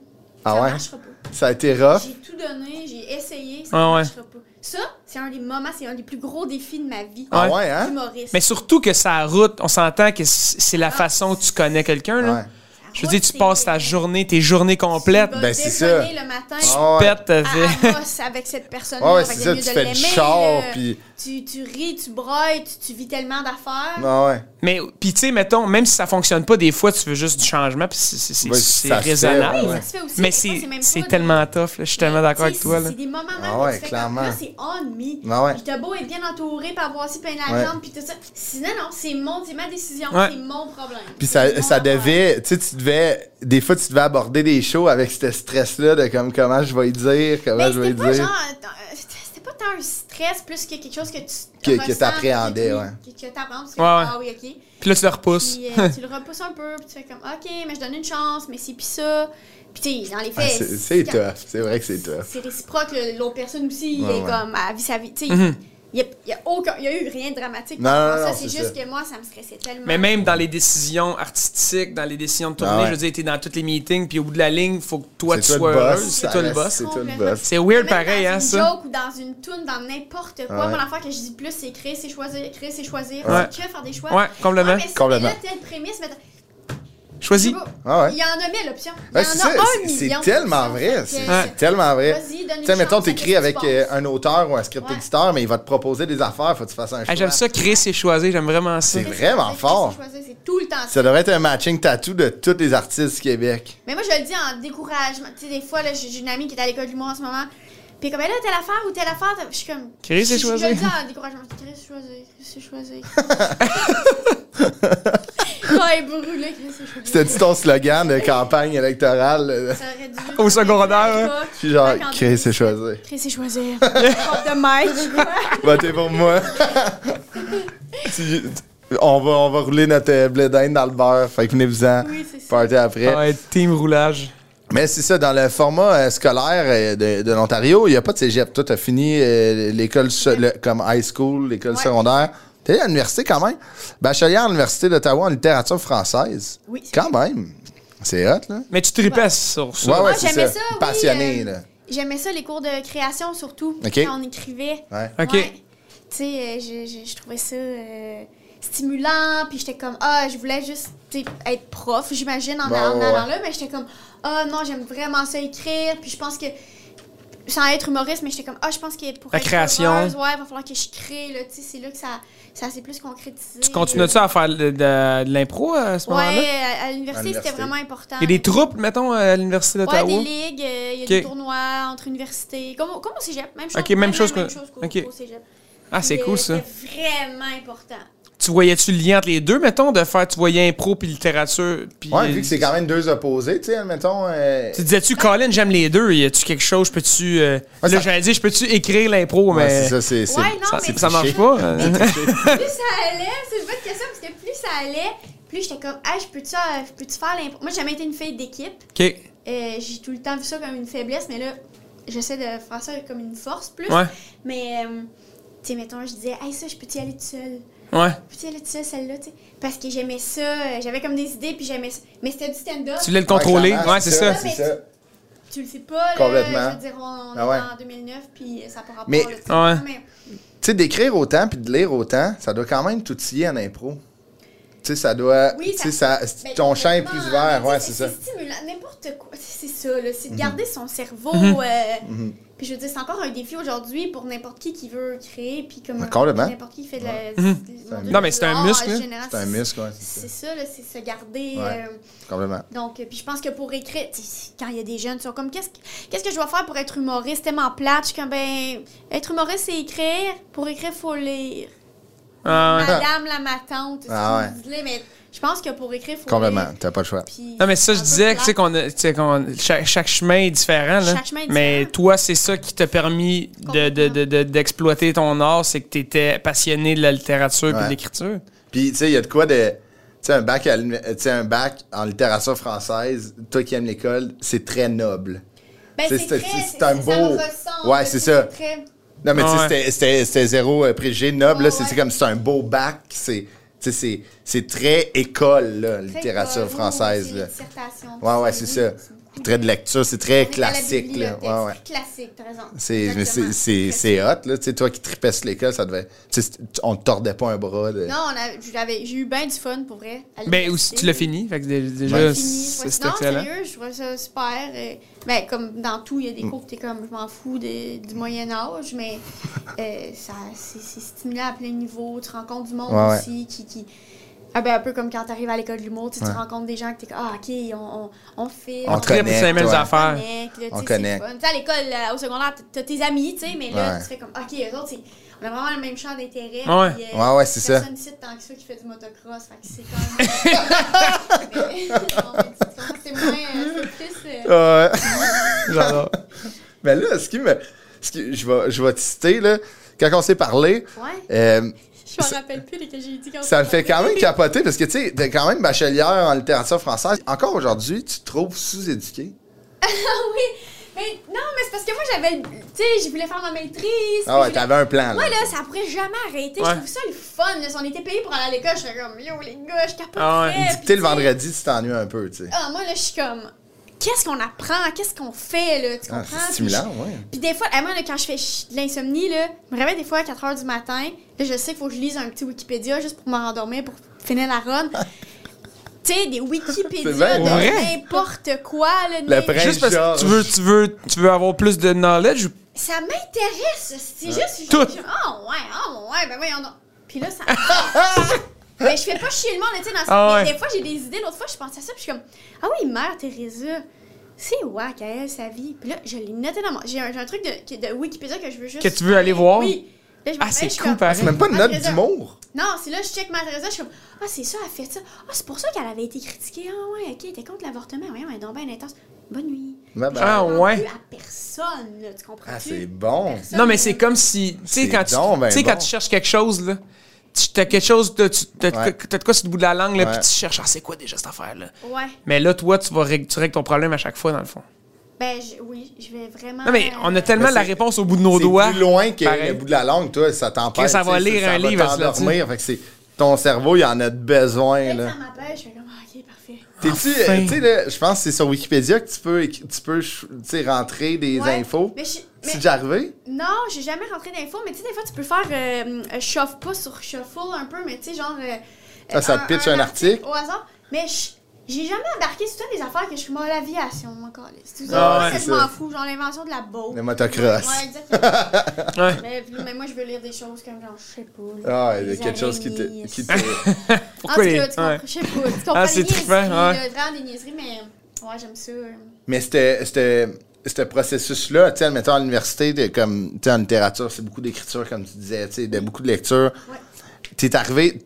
Ah
ça
ouais? Ah.
marchera pas.
Ça a été rough.
J'ai tout donné, j'ai essayé, ça
Ah
ne
ouais.
marchera pas. Ça, c'est un des moments, c'est un des plus gros défis de ma vie.
Ah ouais, hein?
Humoriste.
Mais surtout que sa route, on s'entend que c- c'est la
Ah.
façon que tu connais quelqu'un. là.
Ouais.
Je veux dire, tu passes ta journée, tes journées complètes,
Ah,
euh,
Ben, c'est ça.
le matin.
Ah ouais.
pète, t'as fait-
à- à bosse avec cette personne
Ah ouais, c'est ça, tu fais le char, puis.
tu, tu ris, tu broyes, tu, tu vis tellement d'affaires.
Ah ouais.
Mais, puis tu sais, mettons, même si ça fonctionne pas, des fois, tu veux juste du changement, puis c'est- c'est c'est-
Ouais,
c'est
ça se fait,
raisonnable.
ouais,
Ça
ouais.
se fait aussi,
Mais
des fois,
c'est
c'est même
c'est
pas de-
tellement tough, là. je suis tellement d'accord
Tu
avec
sais,
toi.
c'est-
Là.
C'est des moments même
Ah
où
ouais,
tu fais
clairement.
comme, là, c'est on me.
Ah ouais.
Puis t'as beau être bien entouré, puis avoir aussi plein
Ouais.
d'argent, puis tout ça. Sinon, non, c'est mon, c'est ma décision,
Ouais.
c'est mon problème.
Puis
C'est
ça,
mon
ça
affaire.
devait, tu sais, tu devais, des fois, tu devais aborder des shows avec ce stress-là de comme comment je vais y dire, comment
Ben,
je vais y
c'était pas
dire.
genre. euh, C'était pas tant un stress plus que quelque chose que tu.
Que- que
ressens,
t'appréhendais,
que-
ouais.
Que, que t'appréhendes, parce que,
Ouais, ouais.
ah oui, ok.
Puis là, tu le repousses.
Puis euh, tu le repousses un peu, puis tu fais comme, ok, mais je donne une chance, mais c'est puis ça. Puis tu sais, dans les
Ah,
faits.
c'est- c'est
quand-
tough. C'est vrai que c'est tough.
C'est réciproque, le- l'autre personne aussi, il
Ouais,
est
ouais.
comme, à vie sa vie. Tu sais,
Mhm.
il y a- il y a, aucun- il y a eu rien de dramatique.
Non,
par rapport
non,
à
non,
ça,
c'est
c'est juste
ça.
que moi, ça me stressait tellement.
Mais même dans les décisions artistiques, dans les décisions de tournée,
Ah ouais.
je veux dire, t'es dans tous les meetings, puis au bout de la ligne, faut que toi,
C'est
tu
toi le
sois
boss,
heureuse.
ça
C'est toi le
reste-
boss.
C'est toi le
Complètement.
boss.
C'est weird
Même
pareil,
dans
hein,
une
ça?
joke ou dans une tune, dans n'importe quoi.
Ouais.
Moi, l'affaire que je dis plus, c'est créer, c'est choisir, créer, c'est choisir.
Ouais.
C'est que faire des choix.
Ouais, complètement.
Ouais, mais si
Complètement.
t'es là, telle prémisse, mais t'as-
Choisis.
je sais
Ah
pas,
ouais.
Il y en a mille options. Il
Ouais,
y en
Ben, c'est
a
ça,
Ben, un
c'est- c'est
million
tellement
d'options.
vrai.
Fait
C'est
que-
c'est tellement vrai.
Vas-y, donne une
Tu sais, mettons,
chance,
t'écris
qu'est-ce
avec
qui se
euh,
passe?
un auteur ou un script
Ouais.
éditeur, mais il va te proposer des affaires, faut que tu fasses un choix.
Ah, j'aime ça, créer, c'est choisir. J'aime vraiment ça.
C'est vraiment
Qu'est-ce que
fort.
c'est choisir? C'est tout le temps ça.
Ça devrait être un matching tattoo de tous les artistes du Québec.
Mais moi, je le dis en découragement. Tu sais, des fois, là, j'ai j'ai une amie qui est à l'école du mois en ce moment. Puis comme, elle là, telle affaire ou telle affaire. Je suis comme.
Chris, c'est
Je- Je le
choisi.
dis en découragement. Chris, c'est choisi. Chris, c'est choisi. Ouais, brûlé. Chris, c'est choisi.
C'était-tu ton slogan de campagne électorale? euh,
Ça aurait dû-
Au secondaire, hein.
Coq,
Je suis genre,
coq en
Chris, c'est choisi.
Chris et choisir. Porte de Mike. quoi.
Votez pour moi. Si- on, va, on va rouler notre euh, blé d'Inde dans le beurre. Fait que venez-vous-en.
Oui, c'est ça.
Partez après.
Ouais, Ah, team roulage.
Mais c'est ça, dans le format euh, scolaire euh, de, de l'Ontario, il n'y a pas de cégep. Toi, t'as fini euh, l'école se- le- comme high school, l'école
Ouais.
secondaire. T'es allé à l'université quand même. Bachelier à l'Université d'Ottawa en littérature française.
Oui, c'est
Quand même. C'est hot, là.
Mais tu tripasses sur ça.
Ouais, ouais,
Moi,
c'est
j'aimais
ça.
ça, oui,
Passionné,
euh,
là.
J'aimais ça, les cours de création surtout.
Ok.
Quand on écrivait.
Ouais.
Ok.
Ouais. Tu sais, euh, je, je- je trouvais ça euh, stimulant. Puis j'étais comme, ah, je voulais juste tu sais, être prof, j'imagine, en,
Bah,
Ouais,
allant- en
ouais,
allant
ouais.
là. Mais j'étais comme, ah, non, j'aime vraiment ça écrire. Puis je pense que. Sans être humoriste, mais j'étais comme, ah, je pense que pour
La
être
création.
heureuse, ouais, il va falloir que je crée, là, tu sais, c'est là que ça, ça s'est plus concrétisé. euh,
Tu continues-tu à faire de, de- de l'impro euh, à ce
Ouais,
moment-là?
à, à l'université,
À l'université.
c'était vraiment important.
Il y a des troupes, mettons, à l'Université
Ouais,
d'Ottawa.
des ligues, euh, il y a des
Ok.
tournois entre universités. Comme, au- comme au cégep, même chose.
Ok, même
vraiment
chose
même
que-
chose qu'au
ok.
qu'au cégep.
ah, c'est
Puis, euh,
cool ça.
C'était vraiment important.
Tu voyais-tu le lien entre les deux, mettons, de faire, tu voyais impro puis littérature? Puis,
Ouais, vu que c'est quand même deux opposés, tu sais, admettons. euh,
Tu disais-tu, Colin, j'aime les deux, y a-tu quelque chose, je peux-tu. euh,
Ouais,
là,
ça-
j'allais dire, je peux-tu écrire l'impro,
ouais,
mais.
c'est ça, c'est. c'est-
Ouais, non,
ça,
mais
ça marche
plus-
pas. euh.
Plus ça allait, c'est une bonne question, parce que plus ça allait, plus j'étais comme, ah, je peux-tu euh, je peux-tu faire l'impro? Moi, j'ai jamais été une fille d'équipe.
ok.
Euh, j'ai tout le temps vu ça comme une faiblesse, mais là, j'essaie de faire ça comme une force plus.
Ouais,
Mais, euh, tu sais, mettons, je disais, hey, ça, je peux-tu y aller toute seule?
ouais.
Puis elle a dit ça, celle-là, tu sais. Parce que j'aimais ça, euh, j'avais comme des idées, puis j'aimais ça. Mais c'était du stand-up.
Tu voulais le contrôler.
clairement,
Ouais, c'est ça.
ça.
C'est ça.
Tu le sais pas, là.
Complètement.
Je veux dire, on
Ah ouais.
est en 2009, puis ça n'a pas rapport,
Mais-
là, tu sais.
Ah Ouais.
Mais
Tu sais, d'écrire autant puis de lire autant, ça doit quand même t'outiller en impro. Tu sais, ça doit.
Oui,
tu sais,
ça-
ça,
ben,
ton champ est plus
complètement,
ouvert.
mais
Ouais,
tu
c'est
sais,
ça. Mhm.
C'est stimulant, n'importe quoi. C'est c'est ça, là. C'est de garder son cerveau.
Mhm.
euh, Puis je veux dire, c'est encore un défi aujourd'hui pour n'importe qui qui veut créer, puis comme.
Ah, complètement.
N'importe qui fait de la.
C'est un
mon Dieu,
Mhm. Non, mais c'est un
l'art, en
muscle, là.
général,
C'est un muscle, ouais, c'est ça.
C'est ça, là, c'est se garder.
Ouais.
euh,
Complètement.
Donc, euh, puis je pense que pour écrire, tu sais, quand il y a des jeunes, ils sont comme, qu'est-ce que, qu'est-ce que je dois faire pour être humoriste? C'est tellement plate. Je suis comme, ben, être humoriste, c'est écrire. Pour écrire, il faut lire.
Ah, ouais.
Madame la matante,
Ah
c'est ce que vous dites, mais je pense que pour écrire, il faut
Complètement.
lire.
T'as pas le choix.
Puis
Non, mais ça,
c'est
je
un
disais
peu
que, tu sais,
plate.
qu'on a- tu sais, qu'on- chaque, chaque chemin est différent. Là.
Chaque chemin est
Mais
différent.
toi, c'est ça qui t'a permis de- de- de- de- d'exploiter ton art, c'est que tu étais passionné de la littérature et
Ouais.
de l'écriture. Ben,
Puis, tu sais, il y a de quoi de. Tu sais, un, bac à l'uni- tu sais, un bac en littérature française, toi qui aimes l'école, c'est très noble.
Ben,
c'est-
c'est,
c'est-
très-
c'est
c'est-
un
ça
beau-
me ressemble,
Ouais, c'est
tu sais,
ça.
très-
Non, mais tu sais,
Ouais.
c'était- c'était- c'était zéro euh, préjugé noble. là,
Ouais,
c'est c'est
ouais.
comme c'est un beau bac. C'est tu sais, c'est- c'est très école, là,
très
littérature
cool,
française.
c'est
là.
les dissertations,
Ouais, ouais,
puis
c'est ça.
beaucoup
Trait de lecture, c'est très
de-
classique.
On est à la
Là.
bibliothèque,
Ouais, ouais.
c'est classique, t'as raison.
C'est mais c'est-
Exactement.
c'est- c'est hot, là. Tu sais, toi qui tripais sur l'école, ça devait. tu sais, c'est- on te tordait pas un bras. de-
Non, on a- je l'avais- j'ai eu bien du fun pour vrai. à
Ben,
l'université.
aussi, tu l'as fini. Fait que dé- déjà,
Ouais.
c'est
Fini,
c'est
ouais. Non,
excellent.
sérieux, je trouvais ça super. euh, ben, comme dans tout, il y a
Mm.
des cours que t'es comme, je m'en fous des- du Moyen Âge, mais euh, ça, c'est, c'est stimulant à plein niveau. Tu rencontres du monde
Ouais, ouais.
aussi qui... qui- ah ben, un peu comme quand t'arrives à l'école de l'humour, tu sais, tu rencontres des gens que t'es comme, ah, OK, on, on, on fait...
On
on
traîne,
Triple, c'est les mêmes
ouais.
affaires.
connecte, là, tu
On
sais, c'est
connecte.
le fun. Tu sais, à l'école, euh, au secondaire, t'as- t'as tes amis, tu sais, mais là,
Ouais.
tu fais comme, OK, eux autres, c'est- on a vraiment le même champ d'intérêt.
Ouais.
puis, euh,
Ouais, ouais, c'est ça.
Personne ici, tant que ça, qui fait du motocross, fait que c'est quand même... Mais- non, mais c'est ça, c'est moins... euh, c'est plus... euh,
Ouais.
J'adore.
Mais là, ce qui me. ce que- je vais, je vais te citer, là. Quand on s'est parlé,
Ouais.
euh,
Je m'en rappelle plus de ce que j'ai dit quand
ça me fait quand même capoter parce que, tu sais, t'es quand même bachelière en littérature française. Encore aujourd'hui, tu te trouves sous-éduqué.
oui. Mais non, mais c'est parce que moi, j'avais. Tu sais, je voulais faire ma maîtrise.
Ah ouais,
puis je voulais-
t'avais un plan, là.
Moi, là, ça pourrait jamais arrêter.
Ouais.
Je trouve ça le fun. Là. Si on était payé pour aller à l'école, je serais comme, yo, les gars, je capoterais.
Ah ouais,
puis tu
Dicter
sais,
le vendredi, tu t'ennuies un peu, tu sais.
Ah, moi, là, je suis comme, qu'est-ce qu'on apprend? Qu'est-ce qu'on fait, là? Tu comprends?
Ah, c'est
Puis
stimulant,
je-
ouais.
Puis des fois, à moi, là, quand je fais ch- de l'insomnie, là, je me réveille des fois à 4 h du matin. Là, je sais qu'il faut que je lise un petit Wikipédia juste pour me rendormir, pour finir la run. tu sais, des
C'est
Wikipédias
vrai?
de
Vrai?
n'importe quoi, là.
Le
n'importe-
prince
Juste parce que
George.
tu veux, tu, veux, tu veux avoir plus de knowledge,
Ça m'intéresse. C'est juste.
Tout.
je- Oh, ouais, oh, ouais, ben voyons donc. Puis là, ça. Mais je fais pas chier le monde, tu sais, dans ce...
Ah
des,
ouais.
des fois, j'ai des idées. L'autre fois, je pensais à ça, puis je suis comme, ah oui, mère Teresa, c'est wack à elle, sa vie. Puis là, je l'ai noté dans mon. J'ai un, j'ai un truc de, que- de Wikipédia que je veux juste.
Que tu veux aller voir?
Oui. Là, je me
Ah,
réveille,
c'est
je suis
cool,
comme,
pareil.
C'est même pas une
Mère
note
Teresa.
d'humour.
Non, c'est là, je check Mère Teresa, je suis comme, ah, c'est ça, elle fait ça. Ah, c'est pour ça qu'elle avait été critiquée. Ah, ouais, ok, elle était contre l'avortement. Voyons, elle est donc bien intense. Bonne nuit.
Ben, ben.
Ah,
Je parle
ouais.
plus à personne, là, tu comprends?
Ah, c'est bon.
Non, mais c'est comme si. Tu sais,
C'est
quand, tu-
donc ben
tu sais,
bon.
quand tu cherches quelque chose, là. Tu t'as quelque chose, t'as tu- t'as de
Ouais.
quoi- t'as de quoi sur le bout de la langue, là,
Ouais.
puis tu cherches, ah, c'est quoi déjà cette affaire-là?
Ouais.
Mais là, toi, tu vas rég- tu règles ton problème à chaque fois, dans le fond.
Ben je- oui, je vais vraiment. euh,
Non, mais on a tellement
Mais Ben, c'est-
la réponse au bout de nos
C'est
doigts.
plus loin que
Pareil.
le bout de la langue, toi, ça t'empêche.
Que ça va
tu sais,
lire un
va
livre, ça,
t'endormir. Fait que c'est ton cerveau, il en a de besoin,
Dès que
là.
ça m'appelle, je fais comme ah, ok parfait.
T'es-tu,
Enfin.
euh, tu sais, là, je pense que c'est sur Wikipédia que tu peux, éc- tu peux, ch- tu sais, rentrer des
Ouais,
infos.
Mais je, mais-
C'est déjà arrivé?
non, j'ai jamais rentré d'infos, mais tu sais des fois tu peux faire euh, euh, chauffe pas sur shuffle un peu, mais tu sais genre. euh,
Ah, ça te pitch un article?
au hasard, mais je- j'ai jamais embarqué sur toutes les affaires que je suis moi l'aviation encore. C'est tout
Ah,
ça
ouais,
que je
c'est
m'en
ça.
fous, genre l'invention de la boat.
Le motocross.
Ouais, exactement.
Ouais.
mais, puis- mais moi je veux lire des choses comme genre je sais pas. là,
Ah, il y a
les
quelque chose qui te.
araignées,
Qui te...
En tout
Pourquoi les-
cas, tu comprends,
ouais.
je sais pas. Tu comprends
Ah,
les
c'est
niaiseries,
trippant,
là,
ouais.
vraiment des niaiseries, mais ouais, j'aime ça. euh.
Mais c'était. c'était- Ce processus-là, tu sais, admettons à l'université, de, comme, tu sais, en littérature, c'est beaucoup d'écriture, comme tu disais, tu sais, de beaucoup de lecture.
Ouais.
T'es arrivé,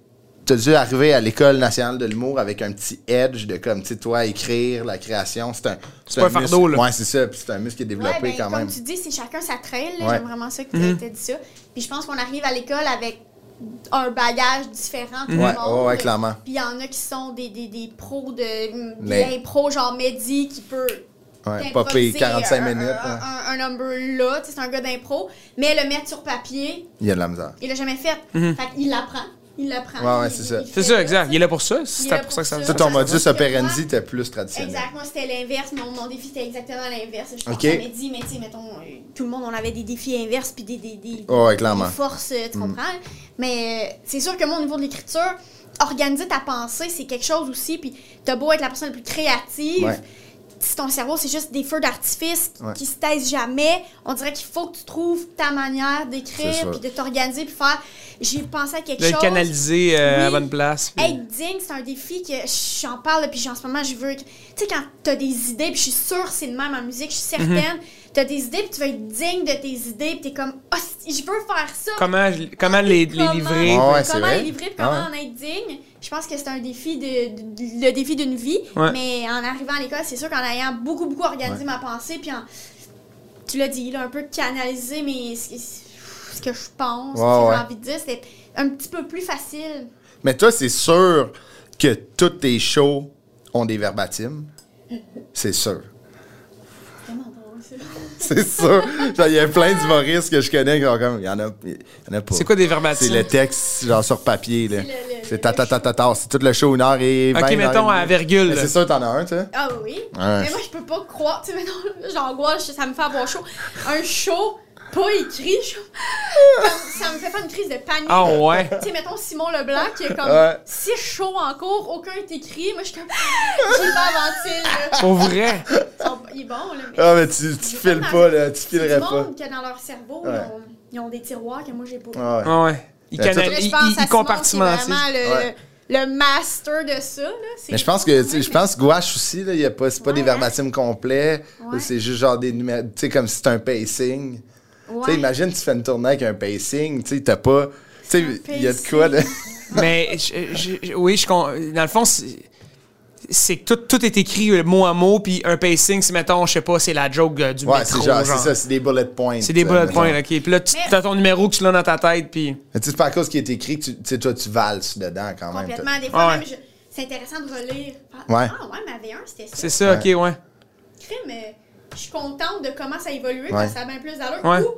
t'as dû arriver à l'École nationale de l'humour avec un petit edge de, comme, tu sais, toi, écrire, la création, c'est un.
pas
muscle-
un fardeau, là.
Ouais, c'est ça, puis c'est un muscle qui est développé
Ouais, ben,
quand
comme
même.
tu dis, c'est chacun sa trail. là.
Ouais.
J'aime vraiment ça que
Mhm.
tu dit ça. Puis je pense qu'on arrive à l'école avec un bagage différent.
Mhm.
tout le
Ouais,
monde.
ouais, ouais, clairement.
Puis il y en a qui sont des, des, des pros de.
Mais-
Des pros genre Mehdi qui peut.
Ouais,
t'improviser
popper 45
un- un-
minutes,
Un,
hein.
un, un number là, tu sais, c'est un gars d'impro, mais le mettre sur papier,
Il y a de la misère.
il l'a jamais fait. Fait qu'il l'apprend. Il l'apprend.
Ouais, ouais,
Il-
c'est
il-
ça.
il
Mhm. C'est
fait
ça, exact.
tu
Il est là pour ça.
Il est
C'est
là
pour ça que ça
pour
Ça,
ça.
ton
Ça,
modus
ça,
operandi
ouais.
était plus traditionnel.
Exact, moi c'était l'inverse, mon, mon défi c'était exactement l'inverse. Je
Ok.
pense qu'on m'a dit, mais tu sais, mettons, euh, tout le monde on avait des défis inverses puis des, des, des,
Ouais, Mm. ouais,
des
clairement.
forces, euh, tu comprends? Mais euh, c'est sûr que moi au niveau de l'écriture, organiser ta pensée c'est quelque chose aussi, puis t'as beau être la personne la plus créative.
Ouais.
Si ton cerveau, c'est juste des feux d'artifice qui-
Ouais.
qui se taisent jamais, on dirait qu'il faut que tu trouves ta manière
C'est
d'écrire,
sûr.
puis de t'organiser, puis faire j'ai pensé à quelque
De le
chose.
canaliser euh, à
Oui.
la bonne place. puis-
Être digne, c'est un défi que j'en parle, puis en ce moment, je veux. Tu sais, quand t'as des idées, puis je suis sûre que c'est le même en musique, je suis
Mhm.
certaine, t'as des idées, puis tu veux être digne de tes idées, puis t'es comme, ah, si, je veux faire ça.
Comment, je- comment les, les
Comment-
livrer?
Ouais, ouais, c'est
comment
vrai.
les livrer, puis comment
Ah
en être digne. Je pense que c'est un défi, de, de- le défi d'une vie,
Ouais.
mais en arrivant à l'école, c'est sûr qu'en ayant beaucoup, beaucoup organisé ma pensée, puis en. Tu l'as dit, là, un peu canalisé mais ce, ce que je pense, ce
Ouais,
que
ouais.
j'ai envie de dire, c'était un petit peu plus facile.
Mais toi, c'est sûr que tous tes shows ont des verbatims. C'est sûr.
Vraiment drôle, ça.
C'est sûr. Genre, Il y a plein d'humoristes que je connais qui sont comme. Il y en a, il y en a pas.
C'est quoi des
C'est
verbatims?
le texte, genre sur papier. là.
C'est le- le-
C'est
le-
ta ta ta ta ta. C'est tout le show, une heure et.
Ok,
20, une heure
mettons,
et demie.
à virgule,
Mais
là.
C'est sûr, t'en as un, tu sais.
Ah oui.
Ouais.
Mais moi, je peux pas croire. Tu sais, maintenant, j'angoisse, ça me fait avoir chaud. Un show pas écrit, je- ça, ça me fait pas une crise de panique.
Ah ouais.
Tu sais, mettons Simon Leblanc qui est comme
Ouais.
six shows en cours, aucun est écrit. Moi, je suis comme, Ah, j'ai pas inventé. là.
Pour vrai.
Ils sont- Il est bon, là. Mais...
Ah, mais tu, tu files pas, là. Tu
C'est
filerais
du
pas.
monde que dans leur cerveau,
Ouais.
ils, ont, ils ont des tiroirs que moi, j'ai pas.
Ah, ouais.
Ah ouais. Il
Mais tout-
Là,
canalise,
je
il,
pense à
il
Simon,
compartimentise.
qui est vraiment le,
Ouais.
le master de ça. Là. C'est-
Mais je pense que, tu sais, je pense que gouache aussi, là, il y a pas, c'est pas des
Ouais,
verbatims complets.
Ouais.
C'est juste genre des numéros, tu sais, comme si c'était un pacing.
Ouais.
Tu sais, imagine, tu fais une tournée avec un pacing, tu sais, t'as pas, tu sais,
Un
il y a de quoi, là.
Mais je- je- je- oui, je con- dans le fond, c'est- c'est que tout, tout est écrit euh, mot à mot, puis un pacing, c'est mettons, je sais pas, c'est la joke euh, du
Ouais,
métro.
c'est genre,
genre.
c'est ça, c'est des bullet points.
C'est des bullet points, ok. Puis là, tu
Mais-
as ton numéro que tu l'as dans ta tête, puis.
Mais tu sais, c'est pas à cause qui est écrit que tu, tu sais, toi, tu valses dedans quand même.
Complètement. Des
Ouais.
fois, même, je- c'est intéressant de relire. Ah,
Ouais.
Ah, ouais, ma V1, c'était ça.
C'est ça, ok, ouais.
crime, euh, je suis contente de comment ça a évolué,
Ouais.
parce que ça a bien plus d'allure.
Ouais.
Ou,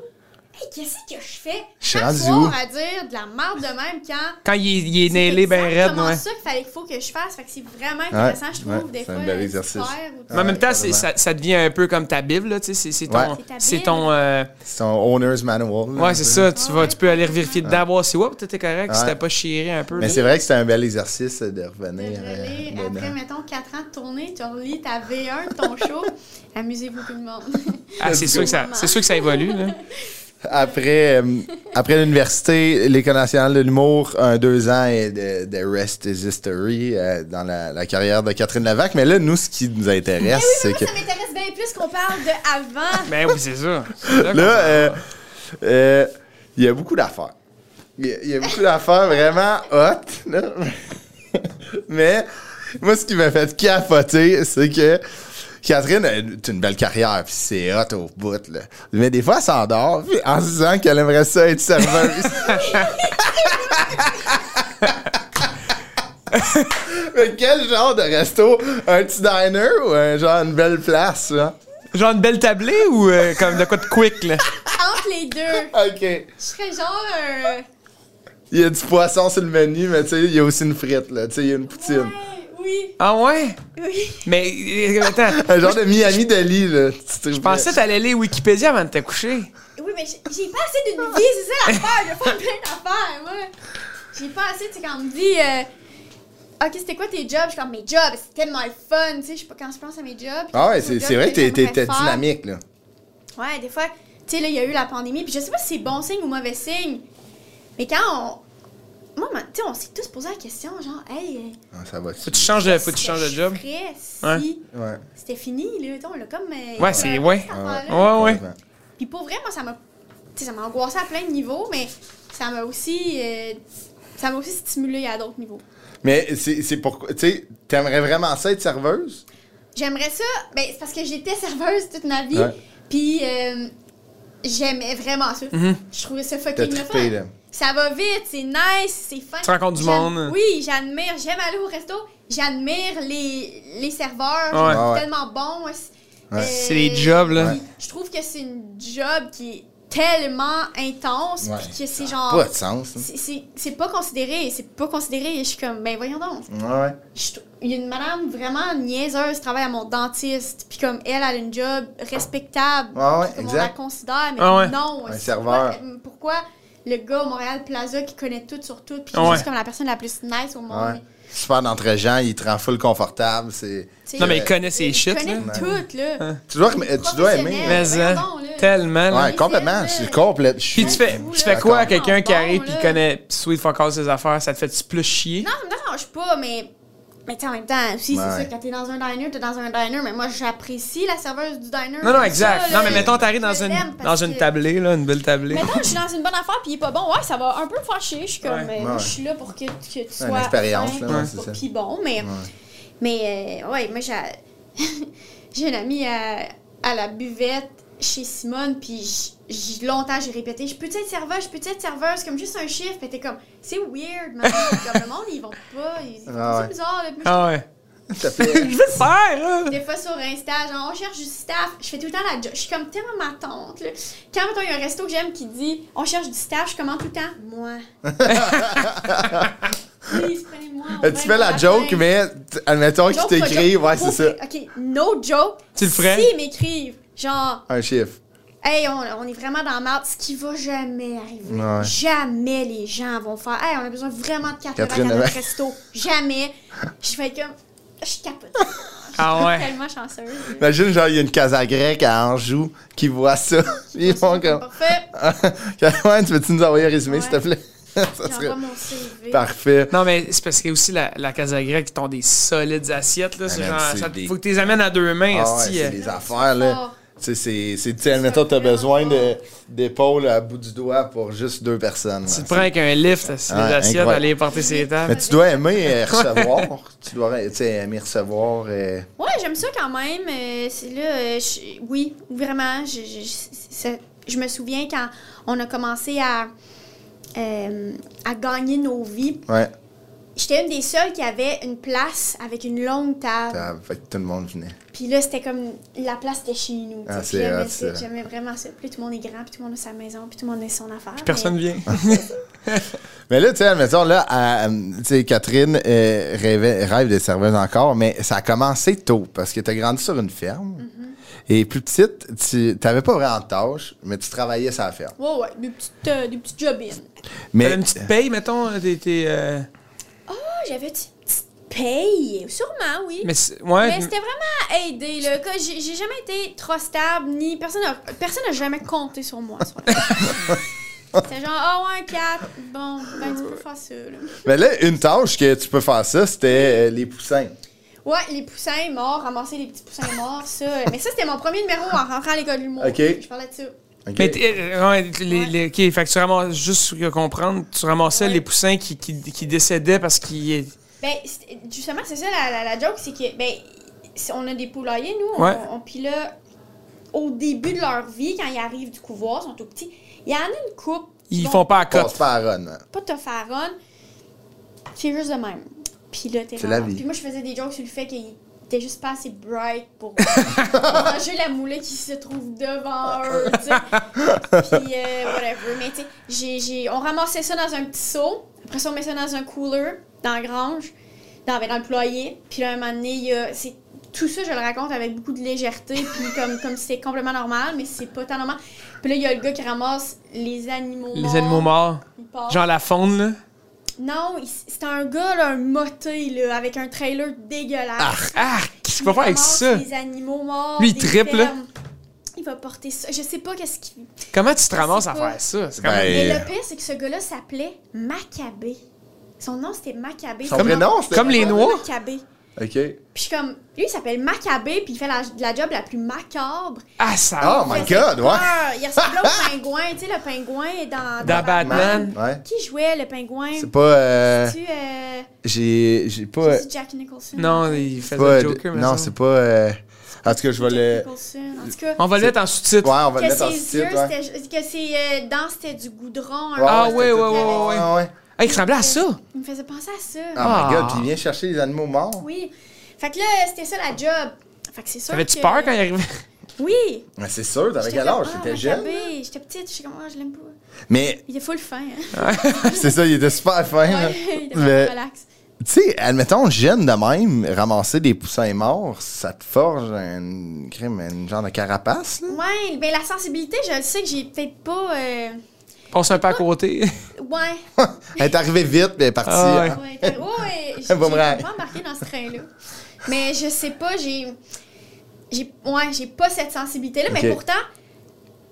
hey, qu'est-ce que je fais?
Je suis
Chaque
rendu
soir
où?
à dire de la merde de même quand.
Quand il, est- il est nailé ben raide,
C'est
ouais.
exactement ça qu'il fallait- qu'il faut que je fasse. Fait que c'est vraiment intéressant, je trouve,
ouais,
des
c'est
fois.
un bel
euh,
exercice.
faire ou-
Mais en même temps, c'est-
vraiment.
ça, ça devient un peu comme ta Bible, là, tu sais, c'est- c'est ton.
Ouais.
C'est ta
C'est
Bible.
ton. euh,
C'est ton owner's manual. là, un
ouais, c'est
peu.
ça. Tu, vas,
Ouais.
tu peux aller vérifier dedans, voir si, ouais, t'étais correct, si
Ouais.
t'as pas chiré un peu.
Mais
là.
c'est vrai que c'était un bel exercice euh, de
de
revenir. euh,
relire.
dedans.
Après, mettons, 4 ans de tournée, tu relis ta V1 de ton show. Amusez-vous tout le monde. Eh
Ah, c'est sûr, que ça-
Maman.
c'est sûr que ça évolue, là.
Après, euh, après l'université, l'École nationale de l'humour, un deux ans et de, de Rest is History euh, dans la, la carrière de Catherine Lavac. Mais là, nous, ce qui nous
Mais
intéresse,
oui, mais
c'est
moi,
que.
ça m'intéresse bien plus qu'on parle de avant.
Ben oui, c'est ça. C'est là qu'on-
Là, euh, euh, il y a beaucoup d'affaires. Il y a- il y, a beaucoup d'affaires vraiment hot. là. Mais moi, ce qui m'a fait capoter, c'est que Catherine a une- une belle carrière, puis c'est hot au bout. Là. Mais des fois, elle s'endort puis en se disant qu'elle aimerait ça être serveuse. Mais quel genre de resto? Un petit diner ou un genre une belle place? Là?
Genre une belle tablée ou euh, comme de quoi de quick, là?
Entre les deux,
OK.
je serais genre euh, un.
Il y a du poisson sur le menu, mais tu sais, il y a aussi une frite, là. Tu sais, il y a une poutine.
Ouais, oui,
Ah ouais?
oui.
Mais euh, attends,
Un genre de Miami Deli, là. Je
je pensais que t'allais aller Wikipédia avant de te coucher.
Oui, mais j'ai j'ai pas assez d'une vie, c'est ça l'affaire. J'ai pas plein d'affaires, moi. J'ai pas assez, tu sais, quand on me dit. euh, Ok, c'était quoi tes jobs? Je suis comme, mes jobs, c'est tellement le fun, tu sais. je sais pas, Quand je pense à mes jobs.
Ah ouais,
aux
c'est
jobs
c'est vrai que t'es- t'es
j'aimerais
t'es
faire.
dynamique, là.
Ouais, des fois, tu sais, là, il y a eu la pandémie, puis je sais pas si c'est bon signe ou mauvais signe, mais quand on. Moi, ma- tu sais, on s'est tous posé la question, genre, hey, euh,
Ah, ça va.
Faut que tu changes de, faut que tu
qu'est-ce
changes
que
de
je
job.
ferais si
Ouais.
Ouais.
C'était fini, là, tu sais, on l'a comme. euh,
Ouais, c'est- ouais.
cette affaire-là.
Ah Ouais, ouais.
Complètement.
Puis pour vrai, moi, ça m'a. Tu sais, ça m'a angoissé à plein de niveaux, mais ça m'a aussi. euh, ça m'a aussi stimulé à d'autres niveaux.
Mais c'est c'est pourquoi. Tu sais, t'aimerais vraiment ça être serveuse?
J'aimerais ça. Ben, c'est parce que j'étais serveuse toute ma vie,
Ouais.
puis euh, j'aimais vraiment ça. Je trouvais ça
Mm-hmm. T'as
fucking le
trippé,
fun.
là.
Ça va vite, c'est nice, c'est fun.
Tu rencontres du
J'ad-
monde.
Oui, j'admire. J'aime aller au resto. J'admire les, les serveurs.
Ouais.
Je
Ah
trouve
ouais.
tellement bon. Euh,
Ouais.
C'est des jobs, là.
puis Je trouve que c'est une job qui est tellement intense
Ouais.
puis que c'est genre.
Pas de sens. hein.
c'est- c'est- C'est pas considéré, c'est pas considéré. Je suis comme, ben voyons donc.
Ouais, ouais.
Je trou- Il y a une madame vraiment niaiseuse qui travaille à mon dentiste, puis comme elle, elle a une job respectable.
Ouais, Ah ouais,
puis comme On la
exact.
considère, mais
Ah ouais.
non.
Un
c'est
serveur.
quoi- euh, Pourquoi le gars au Montréal Plaza qui connaît tout sur tout, puis qui
Ah ouais.
est juste comme la personne la plus nice au monde.
Ah Ouais. Super d'entre gens, il te rend full confortable. c'est-
tu sais,
Non, mais il
euh,
connaît ses
il
shit,
connaît
là.
tout, là.
Tu dois, rem- Eh, tu dois aimer.
Professionnel.
là.
Mais, hein,
Pardon, là. Euh,
tellement, là.
Ouais, complètement. Je suis complète. je suis-
Puis tu fais,
fou,
tu
là.
fais quoi à
D'accord.
quelqu'un qui
Bon,
arrive puis
là.
qui connaît sweet fuck all ses affaires? Ça te fait-tu plus chier?
Non, ça me dérange pas, mais. Mais tu sais, en même temps, aussi,
Ouais.
c'est sûr, quand t'es dans un diner, t'es dans un diner, mais moi, j'apprécie la serveuse du diner.
Non, non, exact. non, mais mettons,
t'arrives
t'arrives dans une, dans une tablée, là, une belle tablée.
Mettons que je suis dans une bonne affaire puis il est pas bon, ouais, ça va un peu me faire chier. Je suis comme,
Ouais.
euh, moi,
Ouais.
je suis là pour que, que tu sois.
Une expérience,
fin,
là, ouais,
puis-
c'est ça.
Puis bon, mais. Mais, euh, ouais, moi, j'ai, j'ai une amie à, à la buvette chez Simone, puis j- j'ai- longtemps, j'ai répété, je peux être serveuse, je peux être serveuse, comme juste un chiffre. Puis t'es comme, c'est weird, man. comme le monde, ils vont pas. Ils,
Ah ouais.
C'est bizarre, là. Puis moi,
Ah ouais.
Ça fait-
Je vais le faire, là.
des fois sur Insta, genre on cherche du staff. Je fais tout le temps la job. Je suis comme tellement ma tante. Là. Quand mettons, il y a un resto que j'aime qui dit on cherche du staff, je commande tout le temps moi. Please, prenez-moi. on
Euh, Tu
va
fais la
être
joke,
fin.
mais t- admettons qu'ils
Joke, pas
t'écrivent.
joke.
Ouais, c'est
Pour
ça.
vrai, Ok, no joke.
Tu le ferais?
S'ils m'écrivent, genre,
Un chiffre.
hey, on, on est vraiment dans la merde, ce qui va jamais arriver.
Ouais.
Jamais les gens vont faire, hey, on a besoin vraiment de Catherine
Catherine
à notre
Levac.
resto. Jamais. Je vais être comme, je capote.
Ah ouais.
tellement chanceuse. là.
Imagine, genre, il y a une casa grecque à Anjou qui voit ça. Ils font comme.
Parfait.
ouais, tu veux-tu nous envoyer un résumé,
Ouais.
s'il te plaît? ça serait
J'envoie mon CV.
parfait.
Non, mais c'est parce que aussi la, la casa grecque, ils ont des solides assiettes, là. c'est
Ah, man,
genre,
c'est
ça-
des-
faut que tu les amènes à deux mains,
Ah ouais,
esti,
c'est
euh.
des
Non,
affaires,
c'est
là.
fort.
Tu sais, c'est- c'est, tu sais, admettons, t'as besoin de, d'épaule à bout du doigt pour juste deux personnes.
Tu
là.
te prends avec un lift, euh, c'est
Ouais,
des assiettes,
incroyable.
aller porter ses tables.
Mais tu dois aimer euh, recevoir. tu dois tu sais, aimer recevoir. euh,
Ouais, j'aime ça quand même. euh, c'est là, euh, je- oui, vraiment. Je, je- je- ça- je me souviens quand on a commencé à, euh, à gagner nos vies.
ouais.
J'étais une des seules qui avait une place avec une longue table.
Ah, fait que tout le monde venait.
Puis là, c'était comme la place était chez nous. tu sais,
Ah,
puis
c'est
j'aimais ça,
hot, ça.
J'aimais vraiment ça. Puis là, tout le monde est grand, puis tout le monde a sa maison, puis tout le monde a son affaire.
Personne vient.
Mais là, tu sais, admettons, là, à- tu sais, Catherine euh, rêvait- rêve des serveuses encore, mais ça a commencé tôt parce que tu as grandi sur une ferme.
Mm-hmm.
Et plus petite, tu n'avais pas vraiment de tâches, mais tu travaillais sur la ferme.
Ouais, ouais, des petites, euh, des petites jobines.
T'avais
Mais
une petite paye, mettons, t'es- t'es, euh,
Ah, j'avais une petite paye. Sûrement, oui.
Mais c'est- ouais.
Mais c'était vraiment aidé. Là. Que J'ai j'ai jamais été trop stable, ni personne n'a personne n'a jamais compté sur moi. sur la- C'était genre, ah ouais, 4, bon, ben tu peux faire ça. Là.
Mais là, une tâche que tu peux faire ça, c'était euh, les poussins.
Ouais, les poussins morts, ramasser les petits poussins morts, ça. Mais ça, c'était mon premier numéro en rentrant à l'école de l'humour.
Ok.
Je parlais de ça.
OK?
Mais t'es- euh, ouais, les, les- ok, fait que tu ramasses, juste pour comprendre, tu ramassais
Ouais.
les poussins qui, qui, qui décédaient parce qu'ils.
Ben, c'est- justement, c'est ça la, la, la joke, c'est que, ben, c'est- on a des poulaillers, nous.
Ouais.
On, on- puis là, au début de leur vie, quand ils arrivent du couvoir, ils sont tout petits, il y en a une coupe.
Ils
vont
font pas à
Passe
cote.
pas à Ron. hein.
pas te faire run. C'est juste de même. Puis là, t'es
C'est la
vraiment-
vie.
Puis moi, je faisais des jokes sur le fait qu'il était juste pas assez bright pour manger la moulée qui se trouve devant eux, tu sais. Puis, euh, whatever. Mais tu sais, j'ai- j'ai- on ramassait ça dans un petit seau. Après ça, on met ça dans un cooler, dans la grange, dans, ben, dans le ployer. Puis là, un moment donné, il y a... c'est- Tout ça, je le raconte avec beaucoup de légèreté, puis comme comme c'est complètement normal, mais c'est pas tant normal. Puis là, il y a le gars qui ramasse les animaux
Les animaux morts.
Il part.
Genre la faune, là.
Non, il- c'est un gars, là, un moté, là, avec un trailer dégueulasse.
Ah, qu'est-ce qu'il va faire avec
ramasse
ça?
Des animaux morts.
Lui, il
des
triple, là.
fermes. Il va porter ça. Je sais pas qu'est-ce qu'il.
Comment tu te ramasses à
pas.
faire ça? C'est quand
Ben,
Mais
même-
Et-
le pire, c'est que ce gars-là s'appelait Maccabé. Son nom, c'était Maccabé.
Son prénom, c'était
comme les
Maccabé?
noix.
Maccabé.
OK.
Puis je suis comme. Lui, il s'appelle Maccabé, puis il fait la, la job la plus macabre.
Ah, ça.
Oh my God, ouais.
Ah, il ressemblait au pingouin, tu sais, le pingouin dans.
Dans Batman.
Ouais.
Qui jouait le pingouin?
C'est pas. euh,
Tu. Euh,
j'ai, j'ai pas.
c'est Jack Nicholson.
Non, il faisait
pas-
le Joker, mais
non, c'est pas. euh, en tout cas, je vais le.
Jack Nicholson. En tout cas.
On va le mettre en sous-titre.
Ouais, on va le
que
mettre en
ses yeux,
sous-titre. ouais.
c'était, que ses euh, dents, c'était du goudron.
Ouais,
Ah,
ouais,
ouais,
c'était
ouais,
tout-
ouais, ouais, ouais. Ah, il ressemblait à ça.
Il me faisait penser à ça.
Ah, my
Ah.
God, puis il vient chercher les animaux morts.
Oui. Fait que là, c'était ça la job. Fait que c'est sûr
T'avais-tu
que-
peur quand il arrivait?
Oui.
Mais c'est sûr, t'avais
J'étais
quel
comme,
âge?
ah,
T'étais
ma
jeune.
cabée. J'étais petite, je suis comme, ah, je l'aime pas.
Mais
Il était full fin. Hein.
c'est ça, il était super fin. là.
Ouais, il était
Ah. Mais,
pas relax.
tu sais, admettons, jeune de même, ramasser des poussins morts, ça te forge une, crème, une genre de carapace, là.
Ouais, ben la sensibilité, je le sais que j'ai peut-être pas. euh,
Passe un peu à côté.
Ouais.
Elle est arrivée vite, puis elle est partie. hein.
Ah ouais.
Ouais, t'as- ouais, j'ai j'ai
Boomerang.
pas embarqué dans ce train-là. Mais je sais pas, j'ai. j'ai- Ouais, j'ai pas cette sensibilité-là, mais
Ok.
pourtant,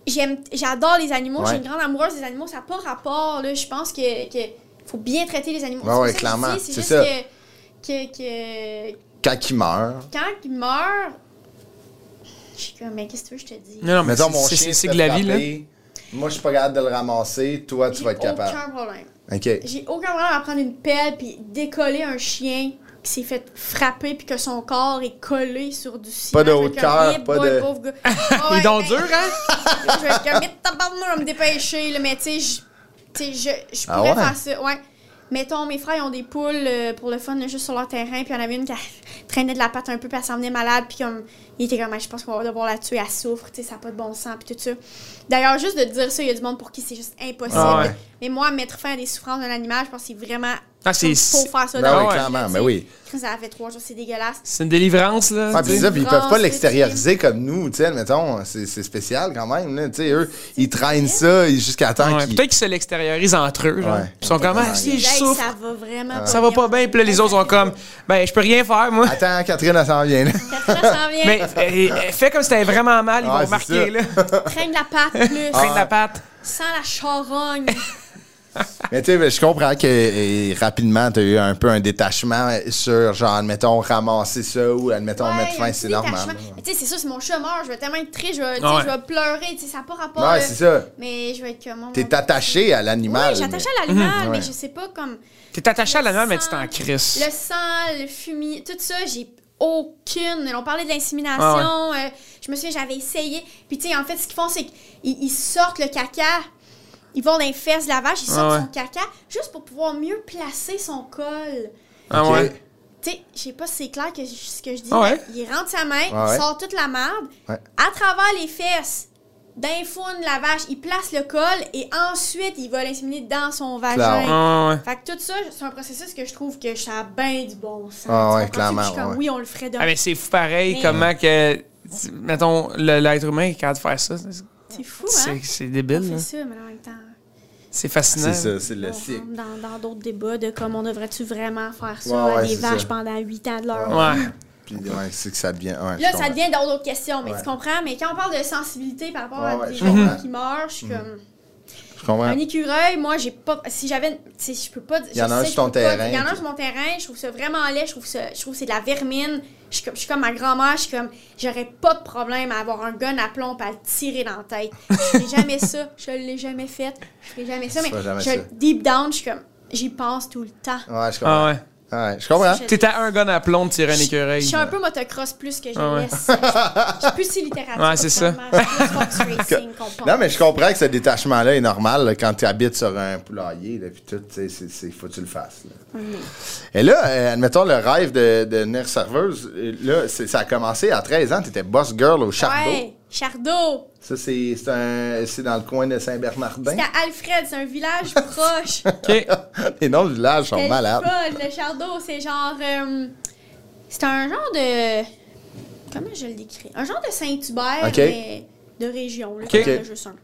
j'aime, j'adore les animaux,
Ouais.
j'ai une grande amoureuse des animaux, ça n'a pas rapport, là. Je pense que, que faut bien traiter les animaux. C'est
Ouais,
pour
ouais,
ça que je
clairement,
dis, C'est
c'est
juste
ça.
que, que- que
Quand il meurt.
quand ils meurent, je suis comme, mais qu'est-ce que tu veux, que je te dis?
Non, non, Ah, mais
Mettons, mon
c'est-
chien,
c'est
se
c'est
fait
de la vie, là.
frapper. Moi, je suis pas capable de le ramasser. Toi, tu
J'ai
vas être capable.
aucun problème.
OK.
J'ai aucun problème à prendre une pelle puis décoller un chien qui s'est fait frapper puis que son corps est collé sur du ciment.
Pas de
Je vais
haut de
comme,
cœur,
Eh
pas
boy,
de-
pauvre gars.
Il
Ouais,
est donc
ben,
dur, hein?
Je vais être comme, vite, tabarnak, on va me dépêcher, là, mais tu sais, je- tu sais, je, je
Ah
pourrais
ouais?
faire ça, ouais. Mettons, mes frères, ils ont des poules euh, pour le fun, là, juste sur leur terrain, puis il y en avait une qui a- traînait de la patte un peu, puis elle s'en venait malade, puis comme, il était comme, Ah, je pense qu'on va devoir la tuer, elle souffre, tu sais, ça n'a pas de bon sens, puis tout ça. D'ailleurs, juste de dire ça, il y a du monde pour qui c'est juste impossible.
Ah ouais.
Mais moi, mettre fin à des souffrances d'un animal, je pense que c'est vraiment.
Ah, c'est-
Il faut faire ça
Ben
dans
oui,
la vie,
clairement,
là, tu
ben
sais.
oui.
Chris, Ça a fait trois jours, c'est dégueulasse.
C'est une délivrance, là.
Ah,
tu sais.
puis ça, puis ils peuvent
France,
pas l'extérioriser comme nous, tu sais, mettons, c'est c'est spécial quand même, là, tu sais, eux, ils traînent ça ils- jusqu'à temps
Ouais,
qu'ils...
Peut-être qu'ils se l'extériorisent entre eux. Genre.
hein, Ouais.
Ils sont comme, ah,
Hey,
si, je souffre.
ça va vraiment pas
Ça va pas bien. Puis là, les autres sont comme, ben, je peux rien faire, moi.
Attends, Catherine, elle s'en vient, là.
Ça s'en vient.
Mais euh, euh, fais comme si t'avais vraiment mal, ils
Ah,
vont
c'est
marquer,
ça.
là. Prends
Ah.
Traîne la patte plus.
de la patte.
Sans la charogne.
Mais tu sais, je comprends que et rapidement, tu as eu un peu un détachement sur, genre, admettons, ramasser ça ou admettons,
Ouais,
mettre
un
fin,
petit
c'est normal.
détachement. Mais tu sais, c'est ça, c'est mon chômeur. Je vais tellement être triste, je vais, tu sais,
Ouais.
je vais pleurer. Tu sais, ça n'a pas rapport.
Ouais,
euh,
c'est ça.
Mais je vais être comme.
T'es attaché à l'animal.
Oui, j'attache à l'animal, mais je sais pas comme.
T'es attaché à l'animal,
Le
mais tu t'en
sang,
crisses.
Le sang, le fumier, tout ça, j'ai aucune. On parlait de l'insémination.
Ah
euh, je me souviens, j'avais essayé. Puis, tu sais, en fait, ce qu'ils font, c'est qu'ils ils sortent le caca. Ils vont dans les fesses de la vache, ils
Ah
sortent
ouais.
son caca juste pour pouvoir mieux placer son col.
Ah
Ok.
ouais.
Tu sais, je sais pas si c'est clair que je- ce que je dis.
Ah ouais?
mais Il rentre sa main,
Ah Ouais, ouais.
il sort toute la merde.
Ouais.
À travers les fesses d'un fourne la vache, il place le col et ensuite, il va l'inséminer dans son vagin.
Ah ouais.
Fait que tout ça, c'est un processus que je trouve que ça a bien du bon sens.
Ah
Tu
ouais,
comprends-tu?
clairement,
Puis je suis comme,
ouais.
Oui, on le ferait demain.
Ah, mais c'est fou pareil,
Mais-
comment que. tu- Mettons, le- l'être humain est capable de faire ça. C'est-
C'est fou, hein?
C'est c'est
On
débile,
fait
là.
ça, mais en même temps,
C'est fascinant.
C'est ça, c'est le
on
cycle.
rentre dans dans d'autres débats de comme on devrait-tu vraiment faire ça
Ouais, ouais,
à des
c'est
vaches
ça.
pendant 8 ans de leur vie?
Ouais.
Puis, ouais, c'est que ça devient. ouais, je
Là, ça
comprends.
devient dans d'autres questions, mais
Ouais.
tu comprends? Mais quand on parle de sensibilité par rapport
Ouais,
à
ouais,
des
je comprends. Mm.
gens qui meurent, je suis comme.
Je comprends.
Un écureuil, moi, j'ai pas. Si j'avais. Tu sais, je peux pas.
Il y en a un sur ton terrain,
Il y en a un
puis-
sur mon terrain, je trouve ça vraiment laid, je trouve, ça, je trouve que c'est de la vermine. Je suis comme, je suis comme ma grand-mère, je suis comme. J'aurais pas de problème à avoir un gun à plomb et à le tirer dans la tête. Je ferai jamais ça, je l'ai jamais fait, je ferai jamais ça,
Tu
mais
feras jamais
je-
ça.
deep down, je suis comme. J'y pense tout le temps.
Ouais, je comprends.
Ah ouais.
Ouais, je comprends.
Je-
T'es à un gun à plomb de tirer un
Je
écureuil.
suis un peu motocross plus que je
ben. Ah ouais.
laisse. Je suis plus si littérature.
Ouais, c'est ça.
finalement. Je suis plus fox racing qu'on pense.
Non, mais je comprends que ce détachement-là est normal là, quand tu habites sur un poulailler. Là, puis tout, tu sais, c'est- c'est- faut que tu le fasses. là.
Mm-hmm.
Et là, euh, admettons le rêve de, de devenir serveuse. euh, Là, c'est- ça a commencé à 13 ans. Tu étais boss girl au Charbot.
Ouais, Chardot.
Ça, c'est c'est un- c'est dans le coin de Saint-Bernardin.
C'est à Alfred, c'est un village proche.
Ok.
Les noms du village sont
C'était
malades.
le fun, le Chardot, c'est genre. euh, c'est un genre de. Comment je le décris Un genre de Saint-Hubert,
Ok.
mais de région. Là,
Ok.
Il y en a juste un.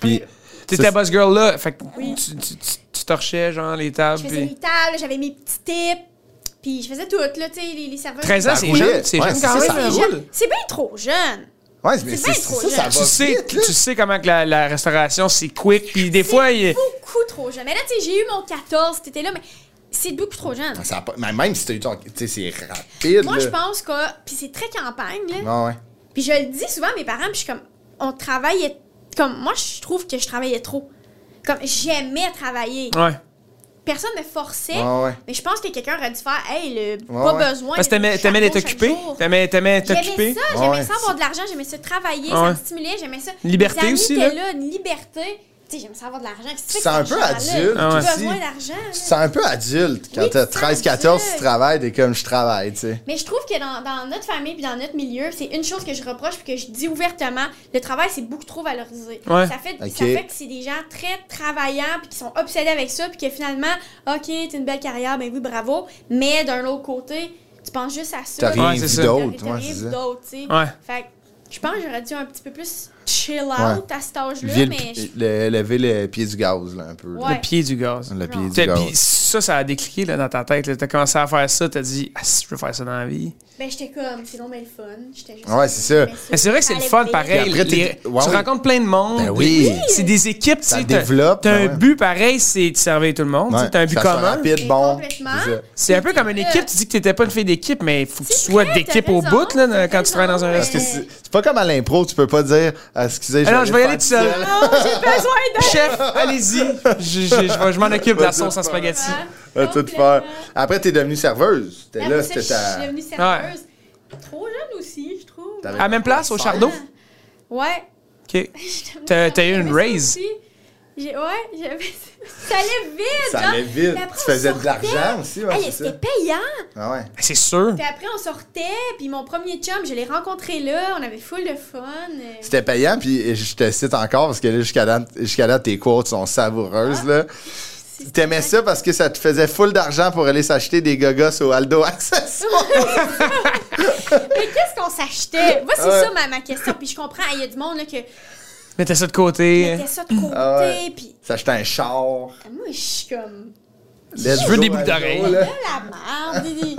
Puis,
T'étais
Ça,
boss girl là, fait que
Oui.
tu, tu, tu, tu torchais genre les tables.
Je faisais mes
Puis...
tables, j'avais mes petits tips, puis je faisais tout, là, tu sais, les, les serveurs.
13 ans, c'est
roulait.
jeune, c'est
Ouais,
jeune
c'est ça,
quand même.
ça
là.
C'est jeune. C'est bien trop jeune.
ouais, mais
C'est bien
c'est
trop
ça, ça va
jeune.
Tu sais,
vite, là.
tu sais comment que la, la restauration c'est quick, puis des fois il.
Beaucoup trop jeune. Mais là, tu sais, j'ai eu mon 14, t'étais là, mais c'est beaucoup trop jeune.
Ça a pas- mais même si t'as eu ton... Tu sais, Ah, c'est rapide,
Moi,
là.
je pense que. Puis c'est très campagne, là.
Ouais, ouais.
Puis je le dis souvent à mes parents, puis je suis comme, on travaillait. Comme, moi, je trouve que je travaillais trop. Comme, j'aimais travailler.
Ouais.
Personne me forçait.
Ouais, ouais.
Mais je pense que quelqu'un aurait dû faire, hey, le,
Ouais,
pas
ouais.
besoin.
Parce que t'aimais
d'être au charbon
t'aimais d'être
chaque
occupé.
jour.
T'aimais t'aimais
J'aimais
t'occuper.
ça,
Ouais,
j'aimais
ouais.
ça avoir de l'argent, j'aimais ça travailler,
Ouais.
ça me stimulait, j'aimais ça.
Une liberté
Mes amis
aussi,
étaient
là.
une liberté. Tu sais, j'aimais ça avoir de l'argent. Qu'est-ce que
Tu
fais avec cet
sens un peu
argent-là?
adulte
Ah ouais.
J'ai besoin
aussi.
d'argent. là.
Tu te sens un peu adulte quand
Oui,
t'as
tu te sens
13-14,
adulte.
tu travailles, t'es comme je travaille, tu sais.
Mais je trouve que dans, dans notre famille puis dans notre milieu, c'est une chose que je reproche puis que je dis ouvertement, le travail c'est beaucoup trop valorisé.
Ouais.
Ça fait
Ok.
ça fait que c'est des gens très travaillants puis qui sont obsédés avec ça puis que finalement, OK, t'as une belle carrière, ben oui, bravo, mais d'un autre côté, tu penses juste à ça.
T'as rien
Ouais, c'est
vu
ça.
T'as-
d'autre,
t'as
moi,
rien
c'est
vu
ça.
d'autre, tu sais.
Ouais.
Fait que je pense que j'aurais dû un petit peu plus chill out
Ouais.
à cet âge-là,
Lever le,
mais je-
pi- le- lever le pied du gaz, là, un peu. là.
Ouais.
Le pied du gaz.
Le pied
Genre.
du
T'sais,
gaz.
Puis ça, ça a décliqué là, dans ta tête. là. T'as commencé à faire ça, t'as dit, ah, si je veux faire ça dans la vie.
ben, j'étais comme c'est non mais le fun, j'étais juste
Ouais, c'est ça.
j'aimais
Mais c'est vrai que c'est le
Fallait
fun,
vivre.
pareil.
Puis après, t'es-
les-
ouais,
tu
oui.
rencontres plein de monde.
Ben oui.
Des- C'est des équipes.
Ça
tu sais, t'as-
développe, ben
T'as un
ouais.
but pareil, c'est de servir tout le monde. tu sais,
Ouais.
T'as un but
Ça soit
commun.
rapide,
Mais
bon.
complètement.
C'est ça.
C'est un peu comme une
Puis,
équipe.
euh,
Tu dis que t'étais pas une fille d'équipe, mais il faut que tu
C'est
sois
vrai,
d'équipe
t'as
au
raison,
bout là, dans-
t'as
quand tu travailles dans un
raison,
Parce que
restaurant.
c'est c'est pas comme à l'impro, tu peux pas dire, ah, excusez, je
Ah non,
vais
je vais y
faire
aller tout
tout
seul.
seul.
J'ai besoin d'aide.
Chef, allez-y. Je, je- je- je m'en occupe de la sauce en spaghetti.
À Ah, tout faire. Après, t'es devenue serveuse. T'es
Après
là,
ça,
c'était
euh, je suis
ta.
devenue serveuse. Trop jeune aussi, je trouve.
t'avais-
À la même place, au Chardon?
Ouais.
OK. Ben,
Je suis devenue
T'as- t'as eu
serveuse
une raise.
aussi. J'ai, ouais, j'avais... ça allait vite.
Ça
genre.
allait vite.
Puis après,
Tu
on
faisais de
sortait.
l'argent aussi, ouais,
Hey,
c'est ça.
C'était payant.
Ah ouais.
C'est sûr.
Puis après, on sortait. Puis mon premier chum, je l'ai rencontré là. On avait full de fun. Euh,
C'était payant, puis je te cite encore, parce que là, jusqu'à date, jusqu'à date, tes quotes sont savoureuses, là.
Ah, c'est-
T'aimais ça parce que ça te faisait full d'argent pour aller s'acheter des gogos au Aldo Access.
Mais qu'est-ce qu'on s'achetait? Moi, c'est
Ouais.
ça ma, ma question. Puis je comprends, il y a du monde là, que
Mettez ça de côté.
mettait ça de côté.
Ah ouais.
Puis
S'acheter un char.
moi, je suis comme.
Let's
Je veux
go,
des boucles
Aldo,
d'oreilles.
là.
Là, la merde. des- des-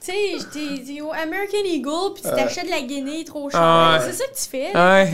Tu Tu sais, j'étais dit au American Eagle, puis tu t'achètes la Guinée trop chère.
Ah ouais.
C'est ça que tu fais. là.
Ouais.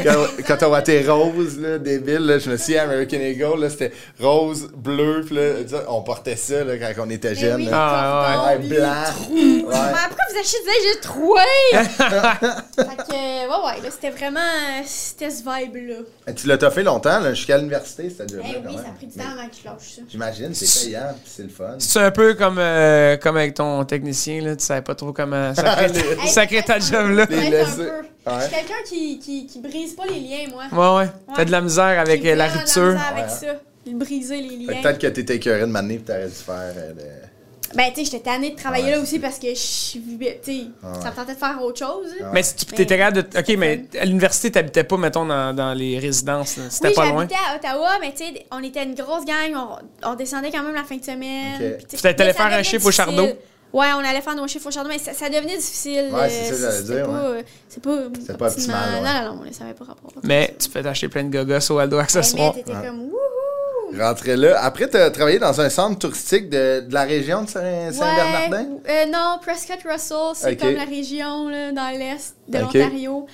Quand, quand on battait rose, là, débile, là, je me suis American Eagle, là, c'était rose, bleu, puis là, ça, on portait ça là, quand on était
Ben
jeune.
oui, Oh,
là.
Ah,
cordon
ouais,
bleu,
blanc.
trou.
Ouais.
Mais pourquoi vous achetez ça? J'ai troué! fait que, ouais, ouais, là, c'était vraiment. C'était ce vibe-là.
Tu l'as toffé longtemps, là, jusqu'à l'université, cette job-là.
Eh
quand
oui, ça a
même.
pris du temps avant que je lâche ça.
J'imagine, c'est payant, puis c'est le fun.
C'est un peu comme, euh, comme avec ton technicien, là, tu savais pas trop comment sacrer,
Les-
sacrer ta job là.
Les
Peut-être un
laisser.
peu.
Ouais.
Je suis quelqu'un qui, qui, qui brise pas les liens, moi.
Ouais, ouais. T'as de la misère avec
J'ai
euh, la
vraiment de
rupture.
misère avec
Ouais.
ça. de Briser les
Fait que
liens.
Peut-être que t'étais écœuré de m'amener, puis t'aurais dû faire. euh, le-
Ben, tu sais, j'étais tannée de travailler
Ouais. Ah
là aussi parce que je vivais- tu sais, ça me tentait de faire autre chose. là.
Mais si tu
Mais-
t'étais capable de. Ok, mais à l'université, t'habitais pas, mettons, dans, dans les résidences. là. C'était
Oui,
pas loin.
j'habitais à Ottawa, mais tu sais, on était une grosse gang, on, on descendait quand même la fin de semaine.
Ok.
puis tu sais,
Puis t'allais
mais ça
faire un
devenait
chiffre au
difficile.
Chardot.
Ouais, on allait faire nos chiffres au chardon, mais ça, ça devenait difficile.
Ouais, c'est ça que
euh,
j'allais
c'était
dire,
pas,
ouais.
euh, C'est pas,
C'était pas optimal, ouais.
Non, non, non, on savait pas rapport.
Mais tu peux t'acheter plein de gogos au Aldo
Mais
Accessoires.
t'étais
Ouais.
comme wouhou!
Rentrer là. Après, t'as travaillé dans un centre touristique de, de la région de Saint- Saint-Bernardin?
euh, non, Prescott Russell, c'est
Ok.
comme la région là, dans l'est de
Ok.
l'Ontario.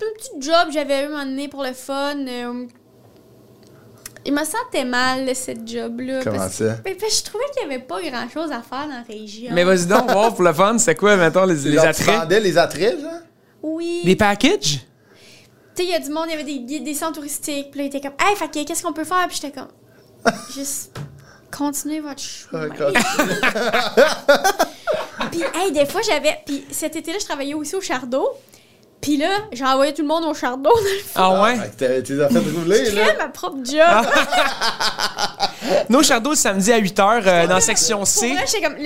Un petit job que j'avais eu un moment donné pour le fun. euh, il me sentait mal, là, cette job-là.
Comment
parce que-
ça?
Ben, parce que je trouvais qu'il n'y avait pas grand-chose à faire dans la région.
Mais vas-y donc, voir pour le fun, c'est quoi, mettons, les, les
Genre, tu
attraits?
vendais les attraits, genre?
Oui.
Des packages?
Tu sais, il y a du monde, il y avait des guides, des centres touristiques. Puis là, il était comme, hey, fait que qu'est-ce qu'on peut faire? Puis j'étais comme, juste continuez votre
Ah,
chemin. Puis, hey, des fois, j'avais. Puis cet été-là, je travaillais aussi au Chardot. Puis là, j'ai envoyé tout le monde au Chardot.
Ah ouais?
Fait que t'as- Tu les as fait rouler,
J'ai
là?
créé ma propre job.
Nos Chardot, samedi à 8h euh, dans section
Pour
C.
vrai, j'étais comme, le-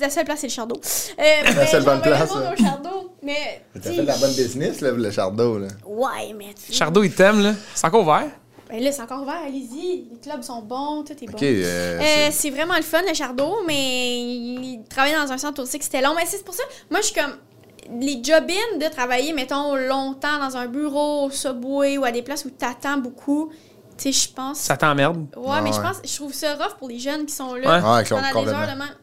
la seule place, c'est le Chardot. Euh, ben,
seule bonne
j'ai envoyé
place,
tout le monde
ouais.
au Chardot. Mais.
T'as
tu
fait de la
sais,
bonne business, là, le Chardot, là.
Ouais, mais. tu-
Chardot, il t'aime, là. C'est encore ouvert?
Ben là, c'est encore ouvert, allez-y. Les clubs sont bons, tout est
OK.
bon.
euh,
Euh,
c'est-
c'est vraiment le fun, le Chardot, mais il travaillait dans un centre touristique, c'était long. Mais c'est pour ça, moi, je suis comme. Les job-in de travailler, mettons, longtemps dans un bureau, au subway ou à des places où t'attends beaucoup, tu sais, je pense.
Ça t'emmerde.
Ouais,
Ah
mais je
ouais.
pense, je trouve ça rough pour les jeunes qui sont là.
Ouais. Ouais, com-
pendant des
complètement.
heures de man-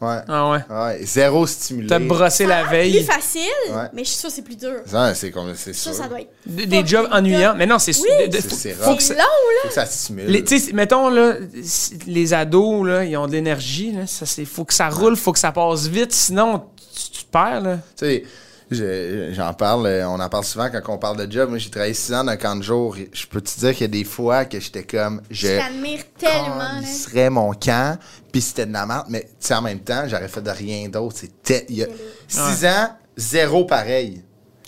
ouais.
Ah ouais.
Ouais, zéro stimulé.
T'as brossé la
Plus
veille.
facile,
Ouais.
mais je suis sûre que c'est plus dur.
Ça, c'est comme- c'est
Ça,
sûr.
ça doit être.
Des des jobs
fucking
ennuyants.
tough.
Mais non, c'est...
Oui.
de- de-
C'est- c'est
faut
rough.
que
C'est long,
ça-
là.
Faut que ça stimule.
Les- tu sais, mettons, là, si- les ados, là, ils ont de l'énergie. Là, ça, c'est, faut que ça roule, faut que ça passe vite, sinon tu, tu te perds. Là.
Tu sais, je- j'en parle, euh, on en parle souvent quand on parle de job. Moi, j'ai travaillé 6 ans dans un camp de jour. Je peux te dire qu'il y a des fois que j'étais comme, je
Je t'admire tellement, là.
serait mon camp, puis c'était de la merde. Mais tu sais, en même temps, j'aurais fait de rien d'autre. C'était. Il y a 6
Ouais.
ans, zéro pareil.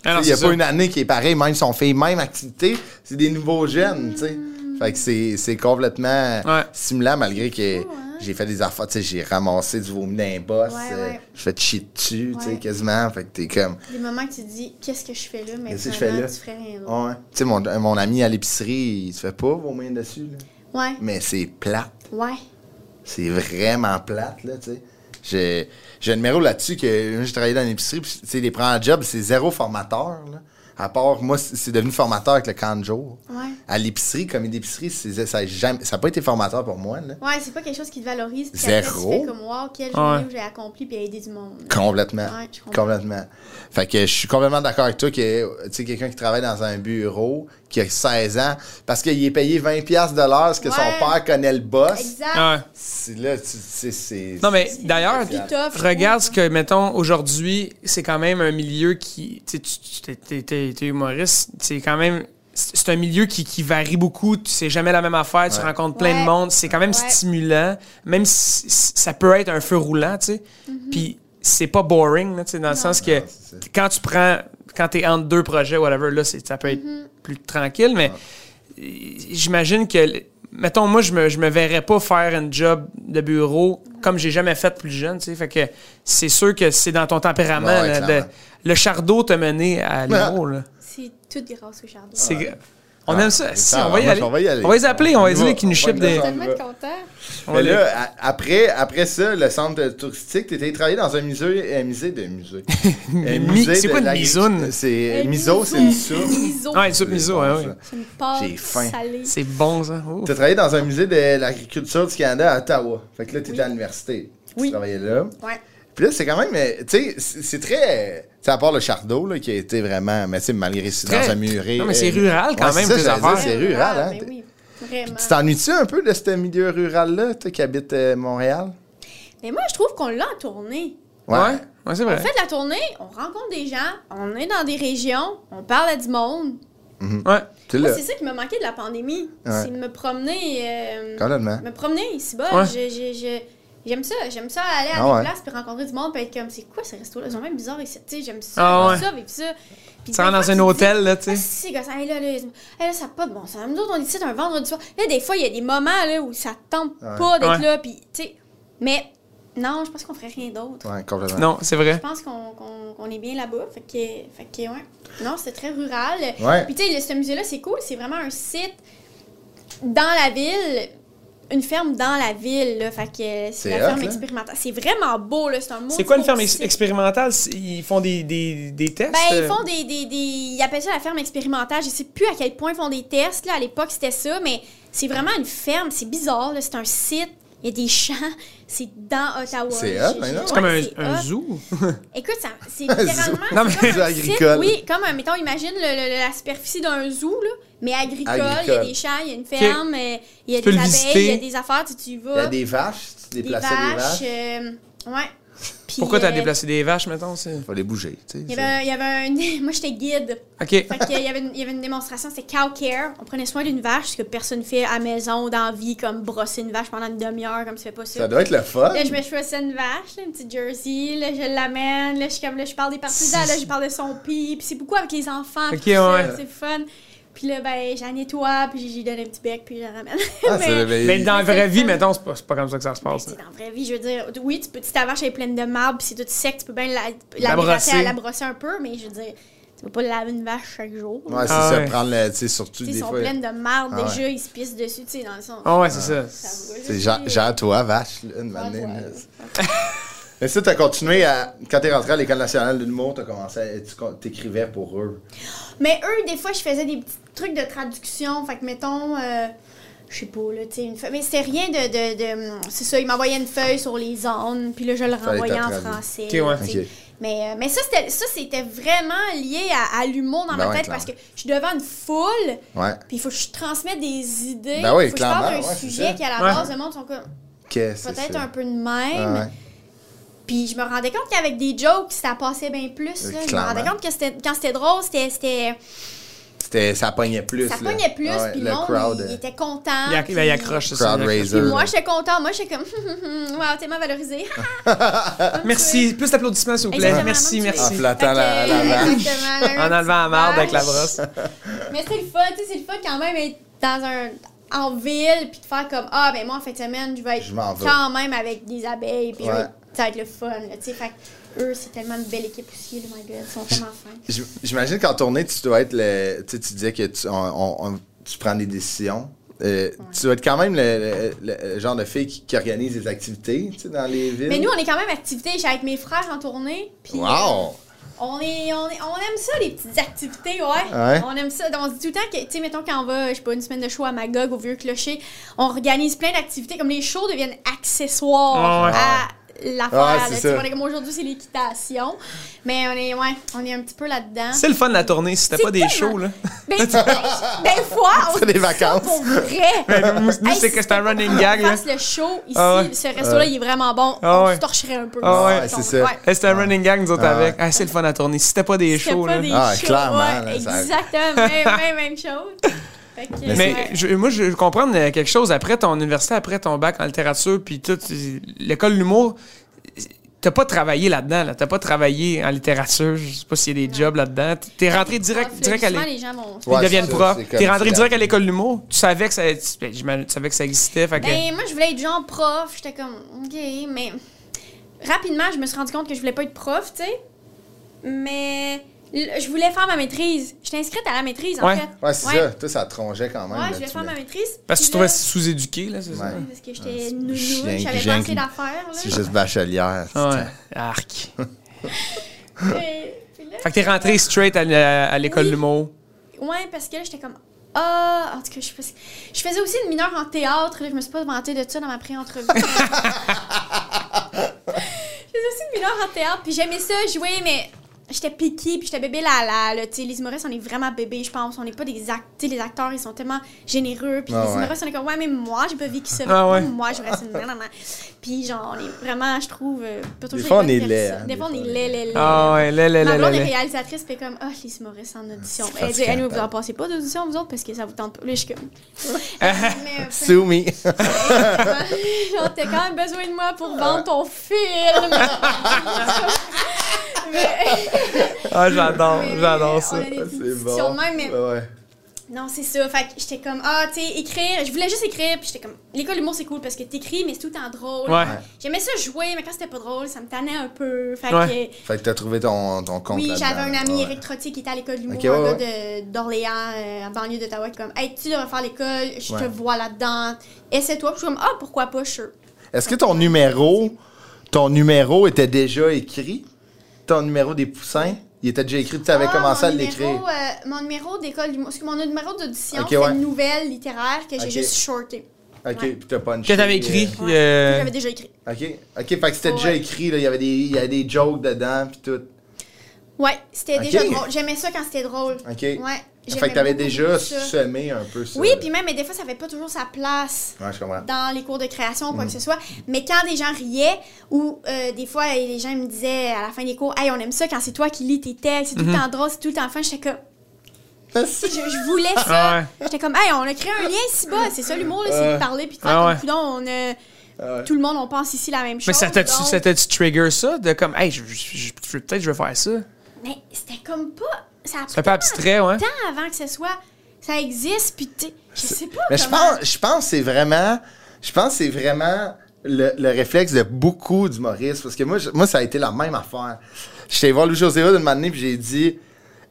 Ah non,
Tu sais, il n'y a
c'est
pas
ça.
une année qui est pareille, même si on fait les mêmes activités, c'est des nouveaux jeunes, tu sais.
Hmm.
Fait que c'est, c'est complètement
Ouais.
stimulant, malgré que
fou, hein?
j'ai fait des affaires, tu sais, j'ai ramassé du vomi d'un boss,
Ouais,
euh,
ouais.
je fais te chier dessus, tu sais,
Ouais.
quasiment. Fait que t'es comme,
Des moments que tu te dis, qu'est-ce que je fais là, mais
qu'est-ce
finalement,
que je fais là?
tu ferais rien d'autre.
Ouais. Tu sais, mon, mon ami à l'épicerie, il se fait pas vomir dessus, là.
Ouais.
Mais c'est plate.
Ouais.
C'est vraiment plate, là, tu sais. J'ai, j'ai un numéro là-dessus que moi, j'ai travaillé dans une épicerie, puis, tu sais, les prends en job, c'est zéro formateur, là. À part, moi, c'est c'est devenu formateur avec le camp de jour.
Ouais.
À l'épicerie, comme d'épicerie, c'est- ça n'a jamais, ça a pas été formateur pour moi, là.
Ouais, c'est pas quelque chose qui te valorise. Puis
Zéro.
Après, tu fais comme, wow, quelle journée
Ouais.
où j'ai accompli puis aidé du monde.
Complètement.
Ouais, je comprends.
complètement. Fait que je suis complètement d'accord avec toi que, tu sais, quelqu'un qui travaille dans un bureau, qui a 16 ans, parce qu'il est payé 20$ piastres de l'heure, ce que
Ouais.
son père connaît le boss.
Exact.
Ouais.
C'est là, tu sais, c'est.
Non, mais d'ailleurs,
plus tough, je
regarde ce
trouve,
que, mettons, aujourd'hui, c'est quand même un milieu qui. Tu sais, tu- tu- t'es- t'es- t'es t'es humoriste, c'est quand même. C'est c'est un milieu qui, qui varie beaucoup, tu sais jamais la même affaire, tu rencontres plein de
Ouais.
monde, c'est quand même
Ouais.
stimulant, même si si- ça peut être un feu roulant, tu sais.
Mm-hmm.
Puis c'est pas boring, là, tu sais, dans le sens que
Non, c'est ça.
quand tu prends, quand t'es entre deux projets, whatever, là, c'est- ça peut être
Mm-hmm.
plus tranquille, mais j'imagine que, mettons, moi, je me, je me verrais pas faire un job de bureau comme j'ai jamais fait plus jeune, tu sais. Fait que c'est sûr que c'est dans ton tempérament.
Ouais,
là, de-
clairement.
le chardeau t'a mené à l'humour, là.
C'est tout grâce au chardon.
C'est- On aime ça.
Ah,
Si,
ça,
on, va y
moi,
aller.
on va y aller.
On va les appeler, on va
On
les
y va.
dire qu'ils nous
On
chippent
va
des...
les
Je suis tellement content.
on va
Mais
les-
là, à- après, après ça, le centre touristique, t'étais travaillé dans un musée, un musée de musée. Un
Mi- c'est
de
quoi une
l'agriculture.
misoune?
C'est
Un
Euh, miso, c'est une
miso.
soupe.
Miso.
Ah, une soupe miso, hein, oui.
ça.
C'est une pâte
J'ai faim.
salée.
C'est bon, ça. Ouh.
T'as travaillé dans un musée de l'agriculture du Canada à Ottawa. Fait que là, t'étais
Oui.
à l'université.
Oui.
Tu travaillais là.
Ouais.
Puis là, c'est quand même. euh, Tu sais, c'est c'est très. Tu sais, à part le Chardot, là, qui a été vraiment. Mais tu sais, malgré c'est dans
Très-
un muret.
Non, mais c'est rural quand
Ouais,
même,
c'est
tes
ça, j'allais
affaires.
dire, C'est rural, hein.
Mais Ah, ben oui,
Puis
vraiment.
tu t'ennuies-tu un peu de ce milieu rural-là, toi qui habites euh, Montréal?
Mais moi, je trouve qu'on l'a en tournée.
Ouais, ouais, c'est
On
vrai.
fait de la tournée, on rencontre des gens, on est dans des régions, on parle à du monde.
Mm.
Ouais.
Tu
Moi,
l'as.
c'est ça qui m'a manqué de la pandémie.
Ouais.
C'est de me promener. euh,
Complètement.
me promener ici bas.
Ouais.
Je- je- je- J'aime ça, j'aime ça aller à
Ah
des
ouais.
places puis rencontrer du monde puis être comme c'est quoi ce resto là, ils sont même bizarres ici. Tu sais, j'aime ça,
Ah
j'aime
ouais.
ça, vivre ça. Puis
Tu
des
rentres
fois,
dans un
te
hôtel, là,
dis,
tu
Ah,
sais.
si, gosse, hey, là, là, ils- hey, là, ça n'a pas de bon sens. Nous autres, on est ici un vendredi soir. Là, des fois, il y a des moments là, où ça te tente
Ouais.
pas d'être
Ouais.
là. Puis, tu sais, mais non, je pense qu'on ferait rien d'autre.
Ouais, complètement.
Non, c'est vrai.
Je pense qu'on qu'on- qu'on est bien là-bas. Fait que, fait que, ouais. Non, c'était très rural.
Ouais.
Puis, tu sais, le- ce musée-là, c'est cool. C'est vraiment un site dans la ville, une ferme dans la ville. là. Fait que
C'est
c'est la
hot,
ferme
là.
expérimentale. C'est vraiment beau, là. C'est un
C'est quoi une
le
ferme ex- expérimentale? C'est- Ils font des, des, des tests?
ben, ils
euh,
font des, des, des- Ils appellent ça la ferme expérimentale. Je sais plus à quel point ils font des tests. Là. À l'époque, c'était ça, mais c'est vraiment une ferme. C'est bizarre. là. C'est un site. Il y a des champs. C'est dans Ottawa.
C'est
J'ai-
hot, hein,
j'ai-
maintenant.
ouais,
C'est comme un,
c'est
un
hot.
zoo?
Écoute, ça, c'est
zoo.
littéralement.
Non,
c'est
mais
comme
zoo
un site,
agricole.
Oui, comme, un- mettons, imagine le- le- la superficie d'un zoo, là, mais agricole. Il y a
Agricole.
des champs, il y a une ferme, euh, il y a
Tu peux
des
le
abeilles,
visiter.
il y a des affaires, tu, tu y
Il y
vas.
a des vaches, tu
des
déplaçais des
vaches.
vaches.
euh, ouais. Puis,
Pourquoi t'as
euh,
déplacé des vaches, mettons? c'est-
Faut les bouger, tu sais.
Il y avait, un- il y avait un. Moi, j'étais guide.
OK.
Fait que, il, y avait une, il y avait une démonstration, c'était cow care. On prenait soin d'une vache, ce que personne fait à la maison, dans la vie, comme brosser une vache pendant une demi-heure, comme tu fais pas
Ça doit être le fun.
Là, je me choisissais une vache, là, une petite jersey, là, je l'amène, là, je, suis comme, là, je parle des partisans, là, je parle de son pis, puis c'est beaucoup avec les enfants, puis
Ok,
tout ça,
ouais.
c'est fun. Puis là, ben, j'en nettoie, puis j'y donne un petit bec, puis je la ramène.
Ah,
mais
c'est-
Mais dans la vraie
c'est
vie,
fun.
mettons, c'est pas, c'est pas comme ça que ça se passe.
c'est
là.
dans la vraie vie, je veux dire, oui, tu peux, si ta vache elle est pleine de marbre, puis c'est toute sec, tu peux bien la, la,
La
gratter,
brosser.
la brosser un peu, mais je veux dire, tu peux pas laver une vache chaque jour.
Ouais, c'est
Ah
ça,
ouais.
prendre le. Tu sais, surtout
Tu sais,
des
ils sont
fois.
pleines de marde,
Ah
déjà, ils se pissent dessus, tu sais, dans le sens.
Ah ouais, c'est ça.
Ça me va,
C'est
je
genre,
sais.
genre toi, vache, là, une
Ouais,
manée,
ouais.
là. Mais ça, t'as continué à. Quand t'es rentré à l'École nationale de l'humour, t'as commencé à. tu con- T'écrivais pour eux.
Mais eux, des fois, je faisais des petits trucs de traduction. Fait que, mettons, euh, je sais pas, là, tu sais, une feuille. Mais c'était rien de. de, de- c'est ça, ils m'envoyaient une feuille sur les zones, puis là, je le renvoyais en
t'as traduit.
français.
Ok, ouais.
tu sais.
Ok.
Mais, euh, mais ça, c'était, ça, c'était vraiment lié à, à l'humour dans
Ben
ma
ouais,
tête parce
clairement.
que je suis devant une foule,
Ouais.
puis il faut que je transmette des idées.
Ben oui,
faut que je parle d'un
clairement, ouais, c'est ça.
sujet qui, à la
Ouais.
base, le monde sont comme
Qu'est-ce que c'est?
peut-être un
ça?
peu de même.
Ah ouais.
Puis je me rendais compte qu'avec des jokes, ça passait bien plus. là. Je me
Clairement.
rendais compte que c'était, quand c'était drôle, c'était- c'était
C'était, ça pognait plus.
Ça
là.
pognait plus,
Ah ouais,
puis le
le
monde,
crowd.
il, il
euh,
était content.
Il y a-
puis-
ben, il accroche c'est ça.
Crowd
il accroche.
raiser.
Moi, j'étais content. Moi, j'étais comme, wow, t'es mal valorisé.
Merci. Plus d'applaudissements, s'il vous plaît.
Exactement,
Merci,
bonne
En
merci.
Fait que-
flattant la, la vache.
Exactement, là,
En enlevant la marde avec la
vache.
brosse.
Mais c'est le fun, tu sais, c'est le fun quand même être dans un. En ville, puis de faire comme Ah, ben moi, en fin de semaine, je vais être
Je m'en vais.
quand même avec des abeilles, puis je vais
Ouais.
être- ça va être le fun, là, tu sais. Fait que eux, c'est tellement une belle équipe aussi, là, my god, ils sont tellement fins.
J'im- J'imagine qu'en tournée, tu dois être le. Tu sais, tu disais que tu, on- on- on- tu prends des décisions. Euh, Tu dois être quand même le, le- le genre de fille qui, qui organise des activités tu sais, dans les villes.
Mais nous, on est quand même activité. J'étais avec mes frères en tournée, puis. euh,
Wow!
On, est, on, est- on aime ça, les petites activités, ouais.
Ouais.
On aime ça. Donc, On se dit tout le temps que, tu sais, mettons, quand on va, je sais pas, une semaine de show à Magog, au Vieux Clocher, on organise plein d'activités. Comme les shows deviennent accessoires
Ah ouais.
à l'affaire.
Ah,
là,
c'est
tu sais,
ça.
on est comme aujourd'hui, c'est l'équitation. Mais on est, ouais, on est un petit peu là-dedans.
C'est le fun de la tournée, si c'était
C'est
pas des
tellement-
shows, là.
Ben, tu- ben, ben, des fois, on
C'est des
se dit ça
vacances.
Pour vrai.
Nous,
Hey,
c'est que c'est un running gag,
On
là.
fasse le show ici,
Ah ouais.
ce resto-là, il est vraiment bon.
Ah
on
ouais.
se torcherait un peu.
Ah ouais,
mettons.
c'est ça.
Ouais.
Hey, C'était un running gag, nous autres,
Ah ouais.
avec. Ah, c'est le fun de la tournée, si c'était pas des
C'était
shows,
pas
là.
des
Ah,
shows,
clairement,
ouais,
là, ça-
exactement, même, même, même chose. Fait que, euh,
Mais
ouais.
je- moi, je veux comprendre euh, quelque chose. Après ton université, après ton bac en littérature, puis tout, euh, l'école de l'humour, euh, t'as pas travaillé là-dedans. Là. T'as pas travaillé en littérature. Je sais pas s'il y a des jobs là-dedans. T- T'es rentré direct,
Prof,
direct
là,
à
justement,
l'école.
Ah, les gens vont...
Ouais,
Ils deviennent
c'est ça,
profs.
c'est comme
T'es rentré
si-
direct à l'école de l'humour. Tu savais que ça, tu, ben, j'imagine, tu savais que ça existait. Fait que,
Ben, moi, je voulais être genre prof. J'étais comme, OK, mais... Rapidement, je me suis rendu compte que je voulais pas être prof, tu sais. Mais l- je voulais faire ma maîtrise. J'étais inscrite à la maîtrise, en
Ouais.
fait.
Ouais, c'est
Ouais.
ça. Toi, ça trongeait quand même.
Ouais,
là,
je voulais
tu
faire ma
voulais-
maîtrise.
parce que
Puis
tu te trouvais
là-
sous-éduqué, là, c'est ça?
Ouais.
Parce que j'étais
c'est
nounou,
chien-
j'avais pas
chien
assez
qui-
d'affaires, là.
C'est juste bachelière.
Ah ouais.
putain.
Arc.
Et- puis là-
fait que t'es rentré straight à, la- à l'école
Oui.
de l'humour.
Ouais, parce que là, j'étais comme. Ah, en tout cas, je, sais pas si- je faisais aussi une mineure en théâtre. Là, je me suis pas vantée de ça dans ma pré-entrevue. je faisais aussi de mineur en théâtre, puis j'aimais ça jouer, mais j'étais piquée, puis j'étais bébé là, là, là. Tu sais, les humoristes, on est vraiment bébé, je pense. On n'est pas des acteurs, les acteurs, ils sont tellement généreux, puis
Ah
les
ouais.
humoristes, on est comme, ouais, mais moi, j'ai pas vécu ça.
Ah ouais.
Moi, je reste une. Non, non, non. Puis genre, on est vraiment, je trouve, euh, pas toujours
fois,
les
on est
bonnes
laid,
personnes.
hein,
Des
des
fois, on est
fois.
laid, laid, laid.
Ah ouais, là,
Ma
là, là, là,
blonde est
là.
réalisatrice, puis elle est comme, ah, les humoristes en audition.
C'est
Elle dit,
fatigant,
anyway, vous
hein.
en passez pas d'audition, vous autres, parce que ça vous tente pas. Là, je suis comme. Mais, euh,
Sue me.
Genre, t'as quand même besoin de moi pour vendre ton film. mais,
Ah, j'adore,
mais
j'adore ça.
On a des discussions de même, mais
Ouais, ouais.
non, c'est ça. Fait que j'étais comme, ah, tu sais, écrire. Je voulais juste écrire, puis j'étais comme, l'école d'humour, c'est cool parce que t'écris, mais c'est tout le temps drôle.
Ouais.
J'aimais ça jouer, mais quand c'était pas drôle, ça me tannait un peu. Fait
Ouais.
que.
Fait que t'as trouvé ton, ton compte
Oui,
là-dedans,
j'avais un
là.
ami,
Ouais.
Eric Trottier, qui était à l'école d'humour,
Ok, ouais,
un gars de- d'Orléans, euh, en banlieue d'Ottawa, qui est comme, hey, tu devrais faire l'école, je te
Ouais.
vois là-dedans, essaie-toi. Puis je suis comme, ah, pourquoi pas, sure.
Est-ce que ton numéro, ton numéro était déjà écrit? Ton numéro des poussins? Il était déjà écrit, tu avais
Ah,
commencé
mon
à l'écrire.
numéro, euh, mon numéro d'école, d'humour- parce que mon numéro d'audition,
Ok,
c'est
ouais.
une nouvelle littéraire que j'ai
Ok.
juste shorté.
Ok,
ouais.
puis t'as punché.
Que t'avais écrit.
Ouais.
euh,
J'avais déjà écrit.
euh, Ok, ok, fait que c'était déjà
Ouais.
écrit, là, il y avait des, il y avait des jokes dedans, puis tout.
Ouais, c'était
Ok.
déjà drôle. J'aimais ça quand c'était drôle.
Ok.
Ouais.
fait
j'aimais
que t'avais
beaucoup,
déjà
beaucoup ça.
semé un peu ça.
Oui, puis même, mais des fois, ça fait pas toujours sa place.
Ouais, je comprends.
dans les cours de création ou
Mm.
quoi que ce soit. Mais quand des gens riaient, ou euh, des fois, euh, les gens me disaient à la fin des cours, Hey, on aime ça quand c'est toi qui lis tes textes, c'est tout
Mm-hmm.
le temps drôle, c'est tout le temps fun. J'étais comme,
Merci.
je, je voulais
Ah
ça.
ouais.
J'étais comme, Hey, on a créé un lien ici bas. C'est ça l'humour, là, c'est de parler puis de faire
Ah
comme,
ouais. Ah
Coudon, on a- Tout le monde, on pense ici la même chose.
Mais ça t'a-tu
donc-
ça t'a-tu trigger ça? De comme, hey, je- je- je- je- peut-être je vais faire ça.
Mais c'était comme pas. Ça a
C'est un peu abstrait, ouais.
tant avant que ce soit. Ça existe, puis tu je sais pas.
Mais je
comment-
pense, je pense que c'est vraiment, je pense que c'est vraiment le, le réflexe de beaucoup d'humoristes parce que moi, je- moi ça a été la même affaire. J'étais voir Lou José Hood une matinée puis j'ai dit,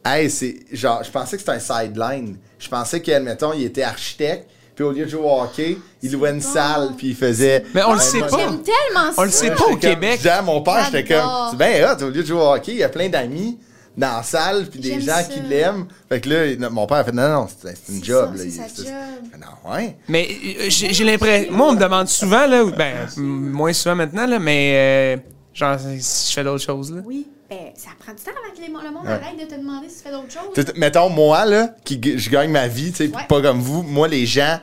hey c'est genre, je pensais que c'était un sideline. Je pensais qu'admettons il était architecte puis au lieu de jouer au hockey, il louait
Oh
une salle puis il faisait.
Mais on le
Ouais,
sait
moi,
pas.
ben, J'aime tellement ça.
On le sait
Ouais,
pas au
j'étais comme-
Québec.
je disais à mon père, j'étais comme,
J'adore.
c'est bien hot, au lieu de jouer au hockey, il y a plein d'amis dans la salle, puis des
J'aime
gens
ça.
qui l'aiment. Fait que là, il- mon père a fait, non, non, c'est c'est une
C'est
job.
ça,
là,
c'est
il-
sa
c'est-
job.
Fait, Non, ouais.
Mais euh, j'ai j'ai l'impression. Moi, on me demande souvent, là, ou- ben, m- moins souvent maintenant, là, mais euh, genre, si je fais d'autres choses, là.
Oui, ben, ça prend du temps avant que les- le monde
Ouais.
arrête de te demander si tu fais d'autres choses.
T'sais, t- mettons, moi, là, qui g- je gagne ma vie, tu sais, pis
Ouais.
pas comme vous, moi, les gens,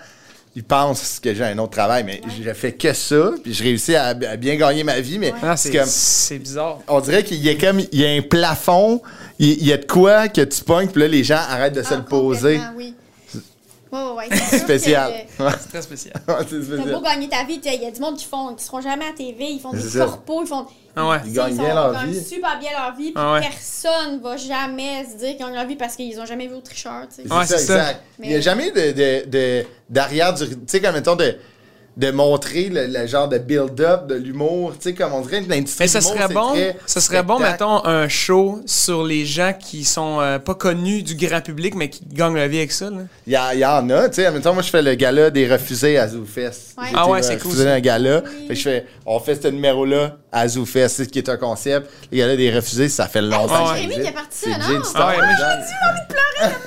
ils pensent que j'ai un autre travail, mais je fais que ça, puis je réussis à, à bien gagner ma vie, mais
Ah,
c'est
c'est
comme,
c'est bizarre.
on dirait qu'il y a comme, il y a un plafond, il il y a de quoi que tu pognes, puis là, les gens arrêtent de se
Ah,
le poser.
complètement, Oui. Ouais, ouais, ouais. C'est sûr
Spécial.
que,
Ouais,
C'est très spécial.
c'est
euh, T'as
spécial.
beau gagner ta vie, il y a du monde qui font, qui seront jamais à TV, ils font
C'est
des
ça.
corpos, ils font.
Ah ouais.
Ils
Tu sais,
gagnent
sont-
bien leur
gagnent
vie.
super bien leur vie, puis
Ah ouais.
personne va jamais se dire qu'ils gagnent leur vie parce qu'ils ont jamais vu au tricheur, tu sais.
Ouais,
c'est ça,
c'est ça.
exact. Il n'y a
Mais-
jamais de, de, de- d'arrière du. Tu sais, comme mettons, de, de montrer le, le genre de build-up, de l'humour. Tu sais, comme on dirait, l'industrie
Mais ça
de l'humour,
serait
c'est
bon,
très
ça serait bon,
spectacle.
mettons, un show sur les gens qui sont euh, pas connus du grand public, mais qui gagnent la vie avec ça, là.
Il y, a- il y en a, tu sais. Admettons, moi, je fais le gala des refusés à ZooFest.
Ouais.
J'ai
Ah
été
ouais, c'est cool,
refusé
ça.
dans un gala.
Oui.
Fait que je fais, on fait ce numéro-là à ZooFest, c'est ce qui est un concept. Le gala des refusés, ça fait longtemps
Ah
que
ouais.
ça
Jérémy
existe.
qui a parti
C'est
ça, non?
Jay du Star
Ah ouais, moi,
Wars.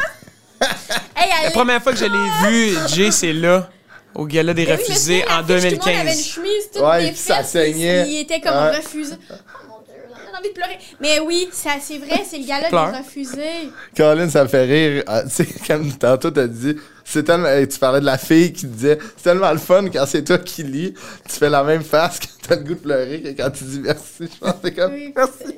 Hey,
La
allez,
première fois que je l'ai vu, Jay, c'est là, au gala des
Ben oui, mais
refusés
tu sais,
en
la fiche, Tout le monde avait une
2015.
chemise, toutes
Ouais,
les
puis ça
fesses,
saignait.
Il était comme
Ouais.
refusé. Oh mon dieu, j'en ai envie de pleurer. Mais oui, ça, c'est vrai, c'est le gala
Pleure.
des refusés.
Colin, ça me fait rire. Ah, tu sais, comme tantôt, t'as dit, c'est tellement, euh, tu parlais de la fille qui te disait, c'est tellement le fun quand c'est toi qui lis, tu fais la même face quand t'as le goût de pleurer que quand tu dis merci. Je pense que c'est comme.
Oui.
Merci.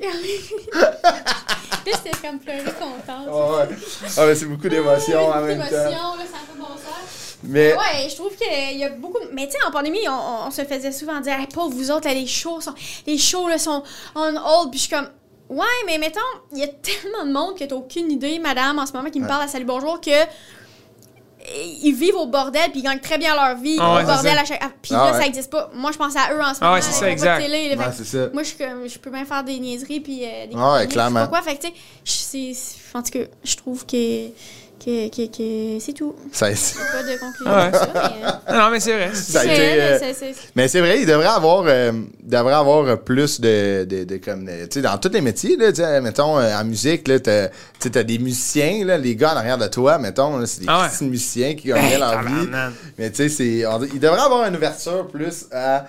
Puis c'était comme pleurer contente.
Ah ouais. Ah, mais c'est beaucoup d'émotions en même temps.
Émotion, là, ça a pas bon sens.
Mais.
Ouais, je trouve qu'il y a beaucoup. Mais tu sais, en pandémie, on, on- on se faisait souvent dire, hey, pauvre, vous autres, là, les shows sont, les shows là, sont on hold. Puis je suis comme, ouais, mais mettons, il y a tellement de monde que t'as aucune idée, madame, en ce moment, qui me parle à Salut Bonjour, que. eh, Ils vivent au bordel, puis ils gagnent très bien leur vie.
Ah ouais,
au
c'est
bordel
ça.
à chaque. ah, Puis
Ah
là,
ouais.
ça existe pas. Moi, je pense à eux en ce
Ah
moment.
ouais, c'est
ils
ça,
ont pas de
exact.
télé, là,
Ouais,
fait que
c'est ça.
Moi, je suis comme, je peux bien faire des niaiseries puis euh, des
Ah ouais,
conneries,
clairement.
je sais pas quoi. Fait que, tu sais, je- c'est- c'est- en tout cas, je trouve que, que, que, que c'est tout.
Ça, c'est-
Pas de conclusion
Ah ouais.
comme ça, mais, euh,
Non, non, mais c'est vrai.
Ça a
c'est-
été, euh,
c'est- c'est-
Mais c'est vrai, il devrait avoir, euh, devrait avoir euh, plus de, de, de comme, euh, tu sais, dans tous les métiers, là, tu sais, mettons, euh, en musique, là, t'as, tu sais, t'as des musiciens, là, les gars en arrière de toi, mettons, là, c'est des
Ah ouais. Ben,
petits musiciens qui gagneraient leur vie.
tabarnak.
Mais tu sais, c'est, on dit- il devrait avoir une ouverture plus à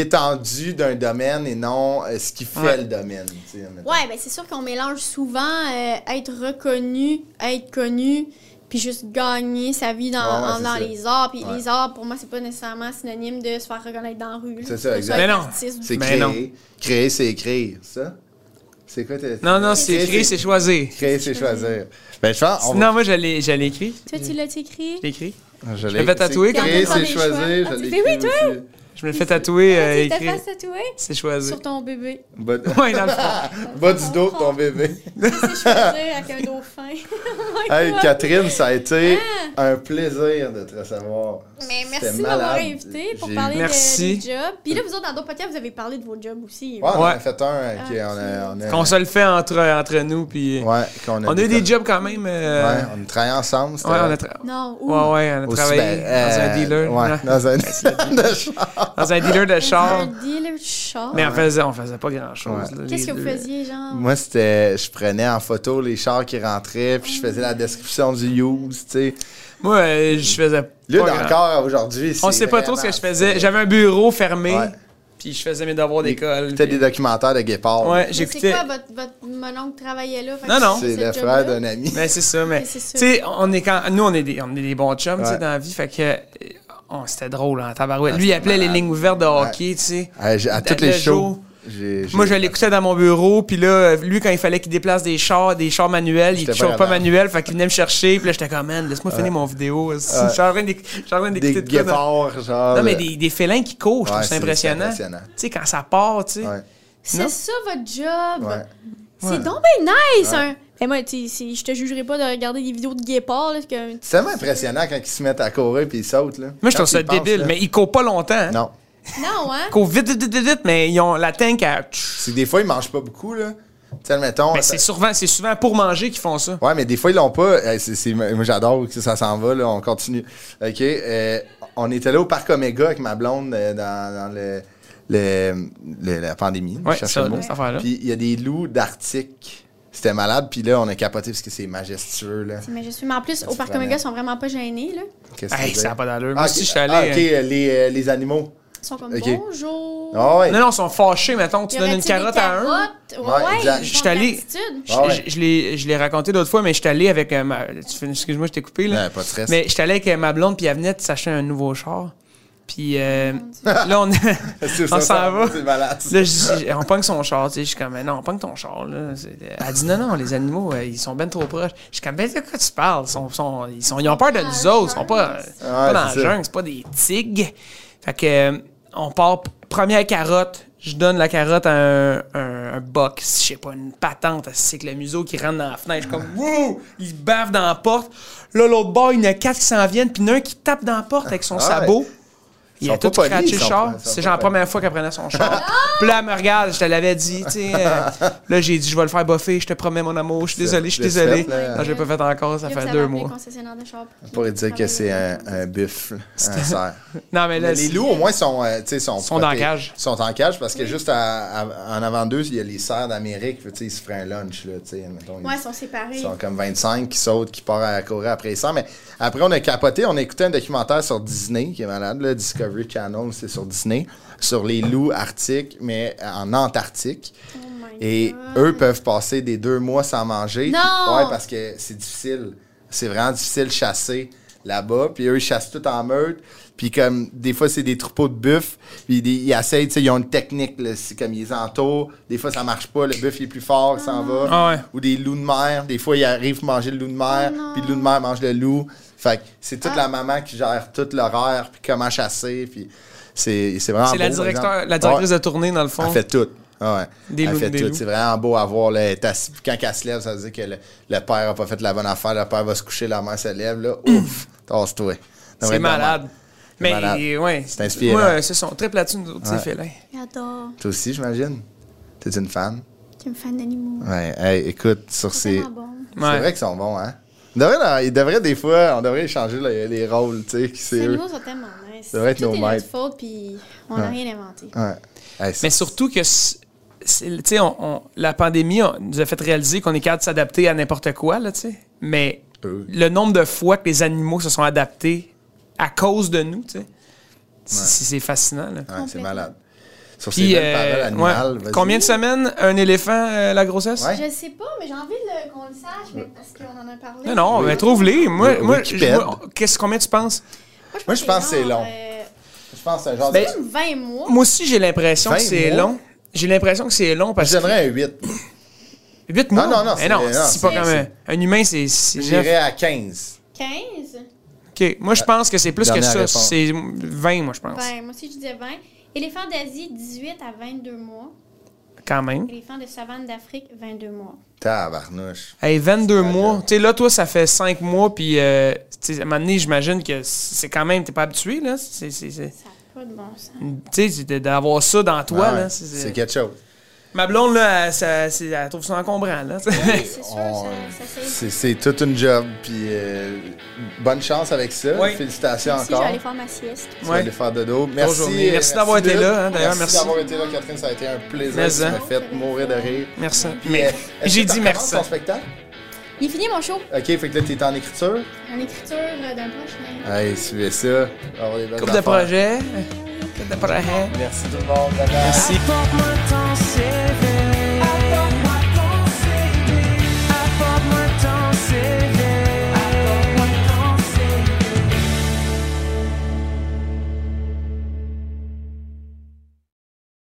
l'étendue d'un domaine et non euh, ce qui fait
Ouais.
le domaine. tu sais, mettons.
Ouais, ben c'est sûr qu'on mélange souvent euh, être reconnu, être connu, puis juste gagner sa vie dans,
Ouais, ouais,
en-
c'est
dans
ça.
les arts. Puis
Ouais.
les arts, pour moi, c'est pas nécessairement synonyme de se faire reconnaître dans la rue. là.
C'est ça,
Que ce
exact.
soit
Mais non.
artiste ou-
C'est
Mais Ben, non.
créer. Créer, c'est écrire, ça? C'est quoi ta-
Non, non, c'est
Créer,
écrit, c'est choisi.
Créer, c'est choisir. Ben, je pense. on va-
Non, moi, j'allais j'allais écrire.
Toi, tu l'as écrit?
Je l'ai écrit.
Je
l'ai fait tatouer
quand
Créer,
même.
c'est
Premier choix.
choisir.
Ah,
Je
tu
l'ai
fais, oui,
écrit aussi.
Je me le fais tatouer, euh,
tu t'es
écrire.
fait tatouer
C'est choisi.
sur ton bébé.
Bas
Ouais, dans le fond.
bas du dos de ton bébé.
Tu sais, je suis avec un dauphin. Oh
Hey, Catherine, ça a été
Ah.
un plaisir de te recevoir.
Mais
C'était
merci de
malade.
m'avoir invité pour
J'ai-
parler de-
Merci.
des jobs. Puis là, vous autres, dans d'autres podcasts, vous avez parlé de vos jobs aussi.
Ouais, on en a
Ouais.
fait un.
Ah,
ok, on a, on a-
Qu'on se le fait entre, entre nous, puis...
Ouais, qu'on a
On a eu des
découvert.
jobs quand même... euh,
Ouais, on a travaillé ensemble. c'était-
ouais, on a tra-
Non, ou
Ouais, ouais, on a
Aussi,
travaillé
ben,
dans
euh,
un dealer.
Ouais,
non,
dans un de char.
dans un dealer de char.
un dealer de char.
Mais on faisait, on faisait pas grand-chose.
Ouais.
là,
Qu'est-ce
les
que vous
deux.
faisiez, genre?
Moi, c'était. Je prenais en photo les chars qui rentraient, puis je faisais la description du use, tu sais.
Moi, euh, je faisais
Là,
pas grand-
encore aujourd'hui,
On sait pas trop ce que je faisais. J'avais un bureau fermé,
Ouais.
puis je faisais mes devoirs d'école.
C'était des
puis-
documentaires de Guépard.
Ouais,
Mais
j'écoutais...
C'est quoi votre, votre mon oncle travaillait Oh, là? fait
Non,
que
non.
C'est
ce
le
job-là?
frère d'un ami.
Mais Ben, c'est ça, mais
Mais
tu
c'est sûr.
sais, on est quand nous on est des on est des bons chums, tu
Ouais. Ah,
sais dans la vie, fait que euh, on c'était drôle en tabarouette. Lui il appelait les lignes ouvertes de hockey, tu sais.
À, à,
À
toutes les
le
shows.
jour.
j'ai- Ah, j'ai-
Moi je l'écoutais dans mon bureau, puis là euh, lui quand il fallait qu'il déplace des chars, des chars manuels, il
J'étais
était
pas
toujours pas
capable.
manuel, fait qu'il venait me chercher, puis là j'étais comme man, laisse-moi finir mon vidéo. aussi. Je suis en train d'éc- je suis en train d'écouter
Des
de quoi dans-
guépards, genre. euh,
Non mais des, des félins qui courent, je
Ouais, c'est-
trouve ça
c'est
impressionnant. Tu
impressionnant.
sais quand ça part, tu sais.
Ouais.
C'est
Non?
ça votre job.
Ouais.
C'est donc bien nice. hein. Mais moi, tu sais, c'est- je te jugerai pas de regarder des vidéos de guépards. Là, parce que,
C'est tellement impressionnant quand ils se mettent à courir puis ils sautent. Là.
Moi je
Quand
trouve ça
ils pensent,
débile,
là.
mais ils courent pas longtemps. hein.
Non.
non, hein?
Ils courent vite, vite, vite, vite, vite, mais ils ont la tank à
C'est que des fois, ils mangent pas beaucoup. là. Tu sais, mettons.
Mais Ben, c'est souvent, c'est souvent pour manger qu'ils font ça.
ben. Ouais, mais des fois, ils l'ont pas. Euh, c'est- c'est- moi, j'adore que ça s'en va, là. On continue. OK. euh, on était là au Parc Omega avec ma blonde euh, dans, dans le, le- le- la pandémie.
Ouais,
je cherche
ça,
le mot.
cette affaire-là.
Puis il y a des loups d'Arctique. C'était malade. Puis là, on a capoté parce que c'est majestueux, là.
Mais je suis. Mais en plus, au Parc
vraiment-
Omega, ils sont vraiment pas gênés. Là.
Qu'est-ce que
Hey,
veux
ça
dire?
n'a pas d'allure.
Ah,
Moi
ok,
aussi, je suis allé.
ah, ok, euh, les, euh, les animaux.
Ils sont comme
Ok.
bonjour.
Ah ouais.
euh, Non, non, ils sont fâchés, mettons. Tu donnes une carotte à un.
Ouais,
Ouais,
ouais,
exact.
ils
Je
sont
suis allé-
d'attitude.
Je,
Ah ouais.
je- je l'ai- je l'ai raconté l'autre fois, mais je suis allé avec. euh, ma- tu fais- Excuse-moi, je t'ai coupé. Là.
Ouais, Ben, pas de stress.
Mais je suis allé avec euh, ma blonde, puis elle venait de s'acheter un nouveau char. Puis euh, là, on,
C'est
on
ça, ça,
s'en va.
C'est malade.
Là, je dis, on pogne son char, tu sais. Je suis comme, non, on pogne ton char, là. C'est- euh, Elle dit, non, non, les animaux, euh, ils sont ben trop proches. Je suis comme, ben, de quoi tu parles? Ils, sont- sont- ils, sont- ils ont peur de nous autres. Ils sont pas, ils sont pas
Ouais,
dans la
c'est ça.
jungle, c'est pas des tigres. Fait que, euh, on part, p- première carotte. Je donne la carotte à un, un, un boc, je sais pas, une patente, c'est que le museau qui rentre dans la fenêtre. Je suis comme, wouh! Il bave dans la porte. Là, l'autre bord, il y en a quatre qui s'en viennent, puis il y en a un qui tape dans la porte avec son
Ouais.
sabot. Il
Ils
a
sont
tout
pas polis,
scratché
ils
le
sont
char.
pas- ils sont
C'est
pas
genre la
polis.
première fois qu'elle prenait son char. Puis là, elle me regarde, je te l'avais dit, tu sais. euh, là, j'ai dit, je vais le faire buffer, je te promets, mon amour, je suis désolé, je suis
le
désolé.
fait, là.
Non, je l'ai pas fait encore,
Là,
ça
vous
fait
avez appelé
deux
le
mois.
concessionnaire de char pour
On pourrait dire que c'est un, un buffle, un cerf.
Non, mais là,
Mais les
c'est-
loups, au moins, sont, euh, tu sais, sont,
Sont dans
protégés.
la cage.
sont en cage parce que juste à- à- en avant d'eux, il y a les cerfs d'Amérique. tu sais, Ils se feraient un lunch. Là, tu sais, mettons,
Ouais, ils
ils-
sont séparés.
ils sont comme 25 qui sautent, qui partent à courir après les cerfs. Mais après, on a capoté. On a écouté un documentaire sur Disney qui est malade. Là, Discovery Channel, c'est sur Disney. Sur les loups arctiques, mais en Antarctique.
Oh my
Et
God.
eux peuvent passer des deux mois sans manger.
Non!
Puis- Ouais, parce que c'est difficile. C'est vraiment difficile de chasser là-bas. Puis eux, ils chassent tout en meute. Puis comme, des fois, c'est des troupeaux de bœufs. Puis des- ils essayent, tu sais, ils ont une technique. là. C'est comme, ils les entourent. Des fois, ça marche pas. Le bœuf, il est plus fort, il s'en va.
Ah ouais.
Ou des loups de mer. Des fois, ils arrivent manger le loup de mer.
Oh, non. Ah.
puis le loup de mer mange le loup. Fait que c'est toute la maman qui gère tout l'horaire, puis comment chasser, puis... C'est c'est vraiment
c'est la,
beau, par
directeur-
Ah, exemple.
la directrice
Ouais.
de tournée, dans le fond.
Elle fait tout. Ah ouais.
Des
elle
loups,
fait
des
tout.
loups.
C'est vraiment beau à voir. Là. Elle est assise, puis Quand elle se lève, ça veut dire que le, le père n'a pas fait la bonne affaire. Le père va se coucher, la mère se lève. Là. Ouf, tasse-toi.
Mm. c'est malade. Mais,
malade.
ouais.
C'est inspirant.
Ouais, ce sont très platines, nous autres, ces
Ouais.
félins.
J'adore.
Toi aussi, j'imagine. T'es une fan.
Tu es une fan d'animaux.
Ouais. Hey, écoute, sur
C'est
ces.
vraiment bon.
C'est
Ouais.
vrai qu'ils sont bons, hein? Ils devraient, leur- ils devraient, des fois, on devrait échanger les, les rôles, tu sais, qui c'est
Les
eux.
animaux sont tellement nice.
Ça devrait être
Tout
nos
est notre
maîtres.
faute, puis on n'a rien inventé.
Ouais. Hey, c'est-
Mais surtout que c'est- c'est- tu sais, on- on- la pandémie on- nous a fait réaliser qu'on est capable de s'adapter à n'importe quoi, là, tu sais. Mais
Euh.
le nombre de fois que les animaux se sont adaptés à cause de nous, tu sais, C'est- C'est c'est fascinant. Là.
Ouais, c'est
Complètement.
malade. Sur ces
Puis,
belles paroles
euh,
animales.
ouais.
vas-y.
combien de semaines un éléphant, euh, la grossesse?
Ouais.
Je le sais pas, mais j'ai envie de- qu'on le sache mais parce qu'on en a parlé.
Non, non,
Oui.
ben, trouve-les. Moi,
Oui,
moi,
Wikipédia.
je- moi, qu'est-ce, combien tu penses?
Moi, je pense que c'est long.
euh,
Je pense que c'est un genre
Ben,
de...
comme 20 mois.
Moi aussi, j'ai l'impression que
20
c'est
mois.
long. J'ai l'impression que c'est long parce
Je
que.
donnerais un 8.
8
Non,
mois?
non, non,
Eh
c'est-
non,
non,
c'est pas
c'est-
comme un,
c'est-
un humain, c'est. c'est
J'irais à 15.
15?
OK. Moi, je pense que c'est plus que
Dernière
ça.
réponse.
C'est 20, moi, je pense.
20. Ben, Moi aussi, je disais 20. Éléphant d'Asie, 18 à 22 mois.
Quand même.
Éléphant de savane d'Afrique, 22 mois.
Tabarnouche.
Hey, 22
Ça,
mois.
là.
Tu sais, là, toi, ça fait 5 mois, puis euh, tu sais, à un moment donné, j'imagine que c'est quand même, t'es pas habitué, là. C'est- c'est- c'est-
Ça n'a pas de bon sens.
Tu sais, c'est de- d'avoir ça dans toi,
Ah ouais,
là. c'est- c'est-
C'est quelque chose.
Ma blonde, là, elle, ça- c'est- elle trouve ça encombrant, là.
Ah Oui, c'est sûr,
On-
ça, ça s'est-
C'est c'est toute une job. Puis euh, bonne chance avec ça.
Ouais.
Félicitations
Merci, je vais
encore.
aller faire ma sieste.
Tu
Ouais.
vas aller faire dodo. Merci.
journée.
euh,
Merci d'avoir été
Luc.
là, hein, d'ailleurs, merci.
d'avoir été là, Catherine. Ça a été un plaisir.
Mais,
Tu
hein.
m'as fait mourir de rire.
Merci.
Puis, euh,
Mais
est-ce
j'ai
que t'en
dit
recommences
merci.
ton spectacle?
Il est fini mon show
OK, fait que là, t'es en écriture.
en écriture euh, d'un prochain.
Hey, suivez ça. Avoir des belles
Coupe de
affaires.
projet. Coupe de projet.
Merci tout le monde. Bye bye.
Merci.
Apporte-moi ton CV.